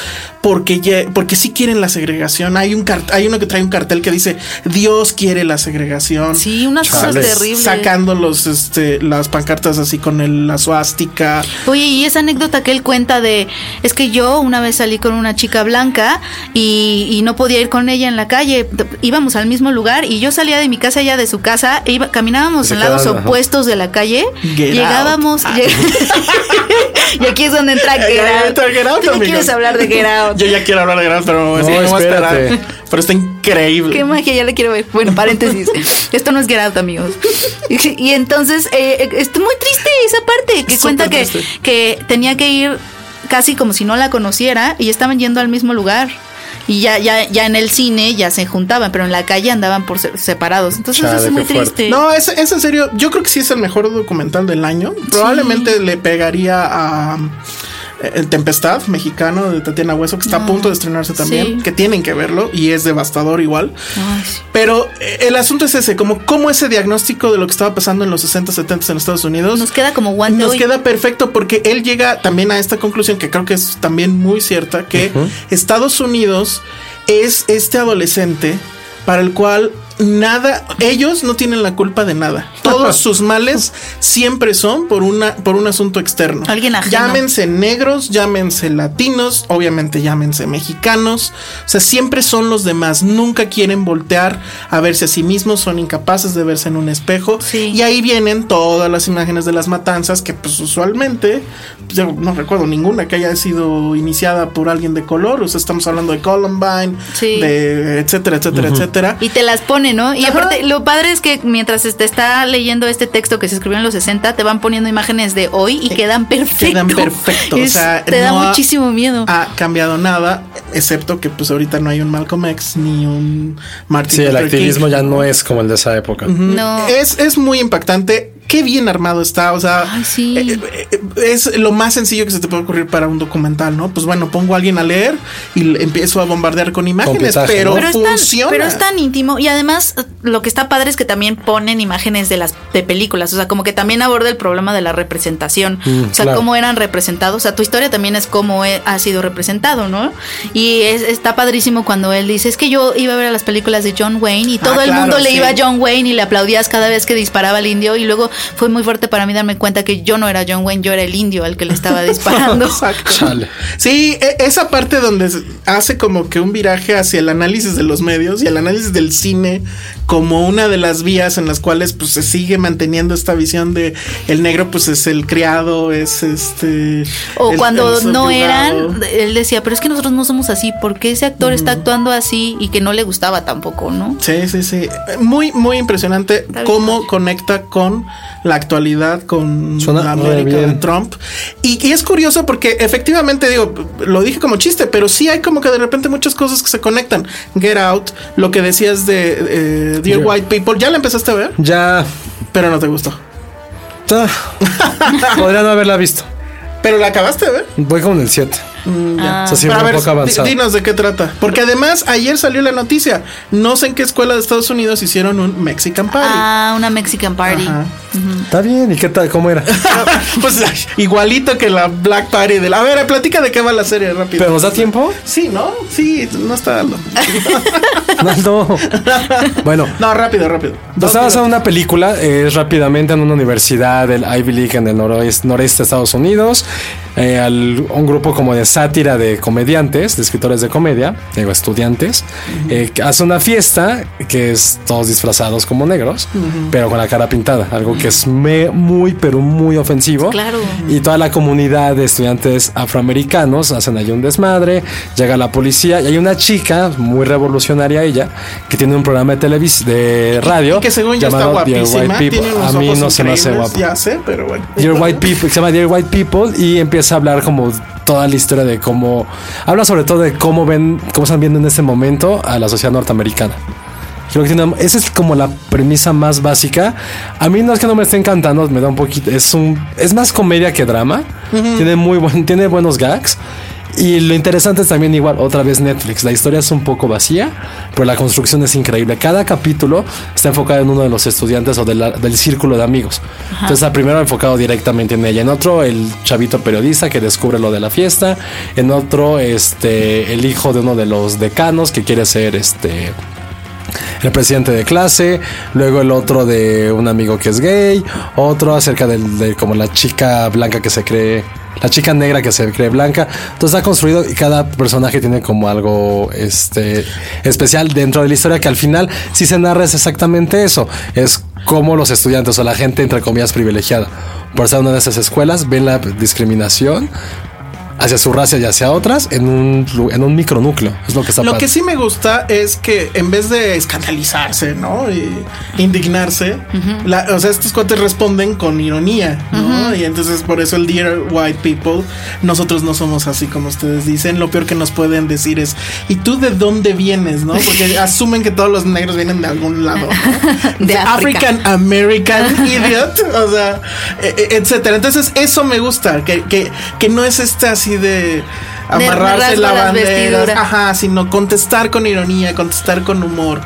porque, ye- porque sí quieren la segregación. Hay, un cart- hay uno que trae un cartel que dice, Dios quiere la segregación.
Sí, unas
Chale.
cosas terribles.
Sacando los, este, las pancartas así con el, la suástica.
Oye, y esa anécdota que él cuenta de, es que yo una vez salí con una chica blanca y, y no podía ir con ella en la calle, T- íbamos al mismo lugar y yo salía de mi casa, ella de su casa, e iba, caminábamos
Se
en lados
quedaban, ajá.
opuestos de la calle,
Get
llegábamos... lleg- y aquí es donde entra Get
Ya
Out.
entra Get Out,
Tú no
amigos.
quieres hablar de Get Out.
Yo ya quiero hablar de Gran, pero me voy a decir,
No,
me voy a esperar.
espérate.
Pero está increíble.
Qué magia, ya le quiero ver. Bueno, paréntesis. Esto no es Get Out, amigos. Y, y entonces, eh, es muy triste esa parte. Que
Súper
cuenta que,
triste.
que tenía que ir casi como si no la conociera y estaban yendo al mismo lugar. Y ya, ya, ya en el cine ya se juntaban, pero en la calle andaban por se- separados. Entonces
Chale,
eso es muy
qué fuerte.
triste.
No, es, es en serio. Yo creo que sí es el mejor documental del año. Probablemente le pegaría a um, El Tempestad mexicano de Tatiana Hueso, que está a punto de estrenarse también,
Ah, Sí.
que tienen que verlo y es devastador igual.
Ay, sí.
Pero eh, el asunto es ese, como cómo ese diagnóstico de lo que estaba pasando en los 60, 70 en Estados Unidos
Nos queda como guante
nos
hoy.
queda perfecto porque él llega también a esta conclusión que creo que es también muy cierta, que Estados Unidos es este adolescente para el cual nada, ellos no tienen la culpa de nada. Todos sus males siempre son por una por un asunto externo.
Alguien ajeno.
Llámense negros, llámense latinos, obviamente llámense mexicanos. O sea, siempre son los demás, nunca quieren voltear a verse a sí mismos, son incapaces de verse en un espejo
Sí.
y ahí vienen todas las imágenes de las matanzas que pues usualmente, pues, yo no recuerdo ninguna que haya sido iniciada por alguien de color, o sea, estamos hablando de Columbine,
Sí.
de etcétera, etcétera, etcétera.
Y te las pone, ¿no? Y
Ajá.
aparte, lo padre es que mientras te está leyendo este texto que se escribió en los 60, te van poniendo imágenes de hoy y quedan perfecto.
Quedan perfectos, o
Es-
sea,
te da
no ha- Ah,
muchísimo miedo.
ha cambiado nada, excepto que pues ahorita no hay un Malcolm X ni un Martin
Sí, el
Luther King.
activismo ya no es como el de esa época.
no.
Es, es muy impactante. Qué bien armado está. O sea,
Ay, sí.
eh, eh, es lo más sencillo que se te puede ocurrir para un documental, ¿no? Pues bueno, pongo a alguien a leer y le empiezo a bombardear con imágenes,
pitaje,
pero,
¿no?
pero es,
funciona.
tan, pero es tan íntimo y además eh, lo que está padre es que también ponen imágenes de las de películas, o sea, como que también aborda el problema de la representación,
Mm,
o sea,
claro.
cómo eran representados, o sea, tu historia también es cómo he- ha sido representado, ¿no? Y es- está padrísimo cuando él dice, es que yo iba a ver a las películas de John Wayne y todo el
Ah, claro,
mundo le
sí.
iba a John Wayne y le aplaudías cada vez que disparaba al indio y luego fue muy fuerte para mí darme cuenta que yo no era John Wayne, yo era el indio al que le estaba disparando.
Exacto.
Chale.
Sí, e- esa parte donde se- hace como que un viraje hacia el análisis de los medios y el análisis del cine como una de las vías en las cuales pues se sigue manteniendo esta visión de el negro pues es el criado, es este
O
el-
cuando
el
no
subyugado.
eran, él decía, pero es que nosotros no somos así, ¿por qué ese actor está actuando así y que no le gustaba tampoco, no?
Sí, sí, sí. Muy, muy impresionante
bien
cómo conecta con la actualidad, con
Suena
la
muy
América de
bien.
Trump. Y, y es curioso porque efectivamente, digo, lo dije como chiste, pero sí hay como que de repente muchas cosas que se conectan. Get Out, lo que decías de eh, Dear
Yo-
White People, ya la empezaste a ver,
Ya.
pero no te gustó.
Ta. Podría no haberla visto.
Pero la acabaste de ver.
Voy con el 7.
Mm,
O sea,
Pero
siempre
a ver,
un poco avanzado.
di- dinos de qué trata. Porque además ayer salió la noticia. No sé en qué escuela de Estados Unidos hicieron un Mexican Party.
Ah, una Mexican party.
Ajá.
Está bien, ¿y qué tal? ¿Cómo era?
pues ay, igualito que la Black Party de la... A ver, platica de qué va la serie rápido.
¿Pero nos da tiempo?
Sí, ¿no? Sí, no está dando.
No, no. Bueno,
No, rápido, rápido. Dos
Basada en
minutos.
una película, eh, es rápidamente en una universidad del Ivy League en el noroeste, noreste de Estados Unidos, eh, al- un grupo como de sátira de comediantes, de escritores de comedia, digo estudiantes, eh, que hace una fiesta que es todos disfrazados como negros, pero con la cara pintada, algo que es me- muy, pero muy ofensivo.
Claro.
Y toda la comunidad de estudiantes afroamericanos hacen ahí un desmadre, llega la policía y hay una chica muy revolucionaria ella que tiene un programa de televisión de radio
Y que según yo está
llamado Dear
guapísima.
White
Tiene
People.
unos
A mí
ojos
no se me hace
increíbles,
guapo.
Ya sé, pero bueno.
Dear White People, se llama Dear White People y empieza a hablar como toda la historia de cómo habla sobre todo de cómo ven, cómo están viendo en este momento a la sociedad norteamericana. Creo que tiene una- esa es como la premisa más básica. A mí no es que no me esté encantando, me da un poquito, es un, es más comedia que drama. Tiene muy buen, tiene buenos gags. Y lo interesante es también igual, otra vez Netflix, la historia es un poco vacía, pero la construcción es increíble. Cada capítulo está enfocado en uno de los estudiantes o de la- del círculo de amigos. Entonces, la primero enfocado directamente en ella, en otro el chavito periodista que descubre lo de la fiesta, en otro este el hijo de uno de los decanos que quiere ser este el presidente de clase, luego el otro de un amigo que es gay, otro acerca del- de, como la chica blanca que se cree, la chica negra que se cree blanca. Entonces ha construido y cada personaje tiene como algo este especial dentro de la historia que al final si se narra es exactamente eso, es cómo los estudiantes o la gente entre comillas privilegiada por ser una de esas escuelas ven la discriminación hacia su raza y hacia otras en un lu- en un micronúcleo, es lo que está
Lo
padre.
que sí me gusta es que en vez de escandalizarse, ¿no? Y indignarse, la- o sea, estos cuates responden con ironía, ¿no? Y entonces por eso el Dear White People, nosotros no somos así como ustedes dicen, lo peor que nos pueden decir es, ¿y tú de dónde vienes, no? Porque asumen que todos los negros vienen de algún lado. ¿no?
De
The
África.
African American Idiot, o sea, e- e- etcétera. Entonces eso me gusta, que, que, que no es este así de... Amarrarse la
rasgo las
bandera.
vestiduras.
Ajá, sino contestar con ironía, contestar con humor.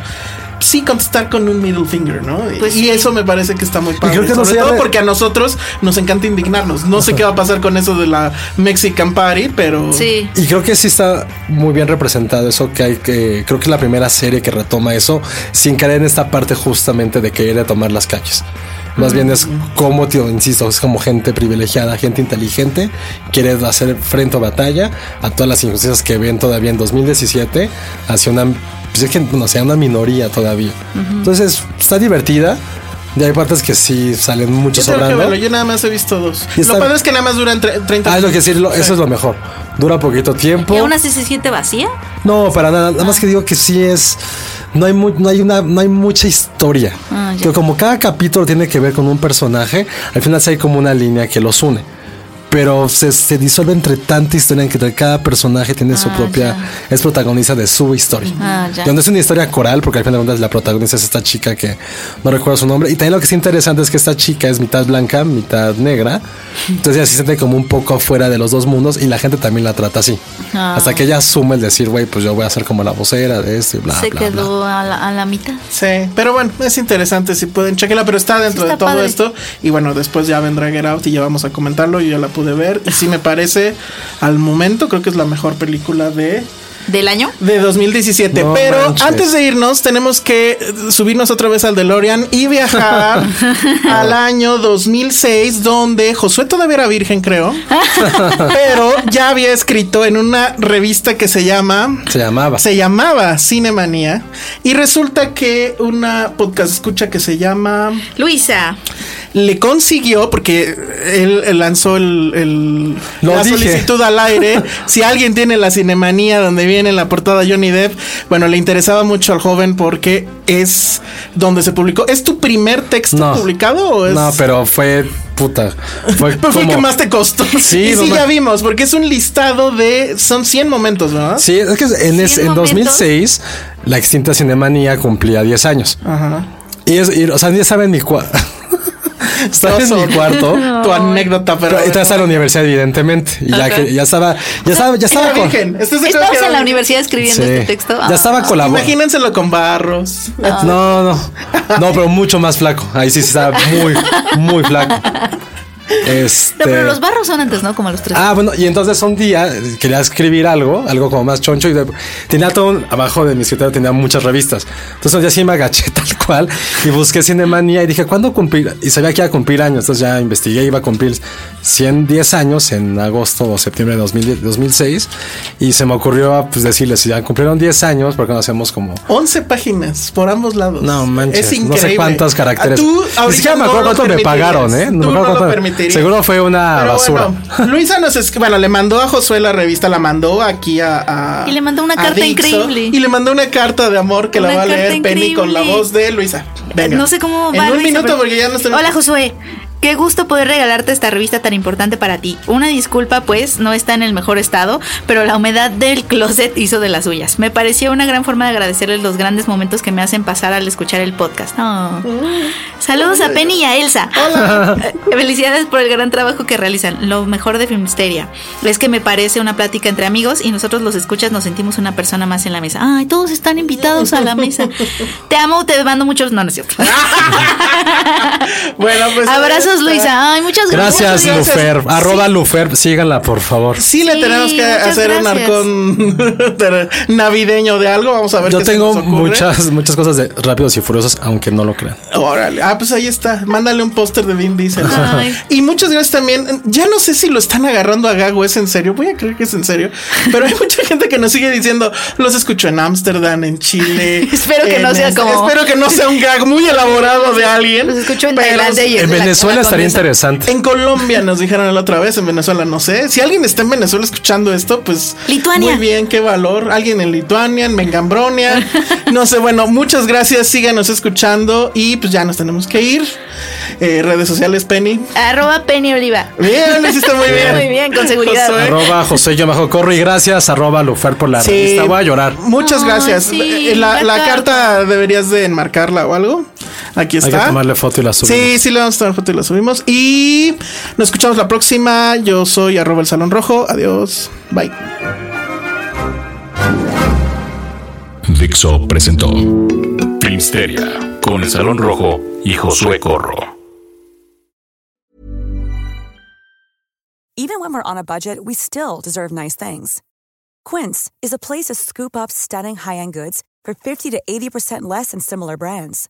Sí, contestar con un middle finger, ¿no?
Pues
y
sí.
eso me parece que está muy padre.
creo que no
Sobre
sea
todo
de-
porque a nosotros nos encanta indignarnos. No sé qué va a pasar con eso de la Mexican Party, pero.
Sí.
Y creo que sí está muy bien representado eso que hay que creo que es la primera serie que retoma eso sin caer en esta parte justamente de querer tomar las calles. Más bien es como, tío, insisto, es como gente privilegiada, gente inteligente, quiere hacer frente a batalla a todas las injusticias que ven todavía en 2017 hacia una, pues es que, no sé, una minoría todavía. Entonces está divertida y hay partes que sí salen
Yo
mucho
tengo que
sobrando.
verlo, yo nada más he visto dos.
Y está-
Lo padre es que nada más duran tre- 30
Ah, es lo que sí, lo- eso es lo mejor. Dura poquito tiempo.
¿Y aún así se siente vacía?
No, para nada. Nada más que digo que sí es. No hay, mu- no hay, una, no hay mucha historia.
Ah, ya.
que como cada capítulo tiene que ver con un personaje, al final sí hay como una línea que los une. Pero se, se disuelve entre tanta historia en que cada personaje tiene su
Ah,
propia. Es protagonista de su historia.
Ah, ya.
Y donde es una historia coral, porque al final de cuentas la protagonista es esta chica que no recuerdo su nombre. Y también lo que es interesante es que esta chica es mitad blanca, mitad negra. Entonces ella se siente como un poco afuera de los dos mundos y la gente también la trata así.
Ah.
Hasta que ella asume el decir, güey, pues yo voy a ser como la vocera de esto y bla,
se
bla, bla.
quedó A, la, a la mitad.
Sí, pero bueno, es interesante si pueden chequenla, pero está dentro
Sí, está
de todo
padre.
esto. Y bueno, después ya vendrá Get Out y ya vamos a comentarlo. Yo ya la pude ver. Y sí me parece, al momento, creo que es la mejor película de
¿Del año?
de 2017.
No
Pero
manches.
antes de irnos, tenemos que eh, subirnos otra vez al DeLorean y viajar al año 2006, donde Josué todavía era virgen, creo. pero ya había escrito en una revista que se llama.
Se llamaba.
Se llamaba Cinemanía. Y resulta que una podcast escucha que se llama
Luisa.
le consiguió, porque él, él lanzó el, el-
Lo
la
dije.
solicitud al aire. si alguien tiene la cinemanía donde viene en la portada Johnny Depp, bueno, le interesaba mucho al joven porque es donde se publicó. ¿Es tu primer texto
No.
publicado o es.?
No, pero fue puta. Fue,
Pero fue el
como-
que más te costó.
Sí,
y
no
sí,
ma-
ya vimos, porque es un listado de. Son 100 momentos, ¿verdad?
Sí, es que en, es-
Sí, en
en
momentos.
2006 la extinta Cinemanía cumplía 10 años.
Ajá.
Y es, y, o sea, ya saben ni cuál. Estaba en mi cuarto.
tu anécdota, pero.
Pero estás en la universidad, evidentemente. Y ya, que, ya estaba, ya estaba, ya estaba
Era
con.
virgen. Estoy seguro
Estamos
que
en la
era-
universidad escribiendo
Sí.
este texto.
Ya estaba colaborando.
Imagínenselo con barros.
No, no. No, pero mucho más flaco. Ahí sí estaba muy, muy flaco. Este.
No, pero los barros son antes, ¿no? Como a los tres.
Ah, bueno, y entonces un día eh, quería escribir algo, algo como más choncho, y de- tenía todo un- abajo de mi escritorio, tenía muchas revistas. Entonces un día sí me agaché tal cual y busqué Cinemanía y dije, ¿cuándo cumplir? Y sabía que iba a cumplir años, entonces ya investigué, iba a cumplir 110 años en agosto o septiembre de 2010 2006, y se me ocurrió pues, decirles, si ya cumplieron 10 años, ¿por qué no hacemos como
11 páginas por ambos lados.
no manches,
Es
no
increíble.
sé cuántos caracteres.
Ah, Tú,
Ni siquiera
ahorita
me acuerdo
no lo
cuánto me
permitirías.
pagaron, ¿eh? me
Tú
acuerdo
no lo
cuánto-
permitirías.
Seguro fue una
Pero
basura.
bueno, Luisa nos es bueno, le mandó a Josué la revista, la mandó aquí a. a-
Y le mandó una
a
carta increíble.
Y le mandó una carta de amor que la
Una
va a
carta
leer Penny con la
increíble.
voz de Luisa. Venga.
No sé cómo
En
va.
un
Luisa,
minuto,
pero-
porque ya no tenemos-
Hola, Josué. Qué gusto poder regalarte esta revista tan importante para ti. Una disculpa, pues, no está en el mejor estado, pero la humedad del closet hizo de las suyas. Me pareció una gran forma de agradecerles los grandes momentos que me hacen pasar al escuchar el podcast. Oh. Saludos a Penny y a Elsa. Eh, Felicidades por el gran trabajo que realizan. Lo mejor de Filmsteria es que me parece una plática entre amigos y nosotros los escuchas nos sentimos una persona más en la mesa. Ay, todos están invitados a la mesa. Te amo, te mando muchos. No, no es cierto.
Bueno, Ah, pues.
Abrazos,
ahí está.
Luisa. Ay, muchas gracias.
Gracias,
Muchas gracias.
Lufer. Arroba Lufer, síganla, por favor.
Sí, le
Sí,
tenemos que
muchas
hacer un
gracias.
arcón ter- navideño de algo. Vamos a ver
Yo
qué se
tengo
nos ocurre.
muchas, muchas cosas de rápidos y furiosos, aunque no lo crean.
Órale. Ah, pues ahí está. Mándale un póster de Vin Diesel.
Ay.
Y muchas gracias también. Ya no sé si lo están agarrando a Gago, es en serio. Voy a creer que es en serio. Pero hay mucha gente que nos sigue diciendo, los escucho en Ámsterdam, en Chile.
Espero que
en
no sea
este-
como-
Espero que no sea un gag muy elaborado de alguien.
Los escucho en
pero
Tailandia y
En
la-
Venezuela
la
estaría
condesa.
interesante.
En Colombia nos dijeron la otra vez, en Venezuela no sé. Si alguien está en Venezuela escuchando esto, pues
Lituania.
muy bien, qué valor. Alguien en Lituania, en Mengambronia, no sé. Bueno, muchas gracias, síganos escuchando y pues ya nos tenemos que ir. Eh, redes sociales, Penny.
Arroba Penny Oliva.
Bien, lo hiciste muy bien.
Muy bien, con seguridad.
Josué.
Arroba José Yo Bajo Corro y gracias, arroba Lufer por la
Sí.
revista. Voy a llorar.
Muchas
Ay,
gracias.
sí,
Eh, la,
la
la carta deberías de enmarcarla o algo. Aquí está.
Hay que tomarle foto y la subimos.
Sí, sí, le vamos a tomar foto y la subimos. Y nos escuchamos la próxima. Yo soy arroba el salón rojo. Adiós. Bye.
Dixo presentó Filmsteria con el Salón Rojo y Josué Corro.
Even when we're on a budget, we still deserve nice things. Quince is a place to scoop up stunning high end goods for 50 to 80% less than similar brands.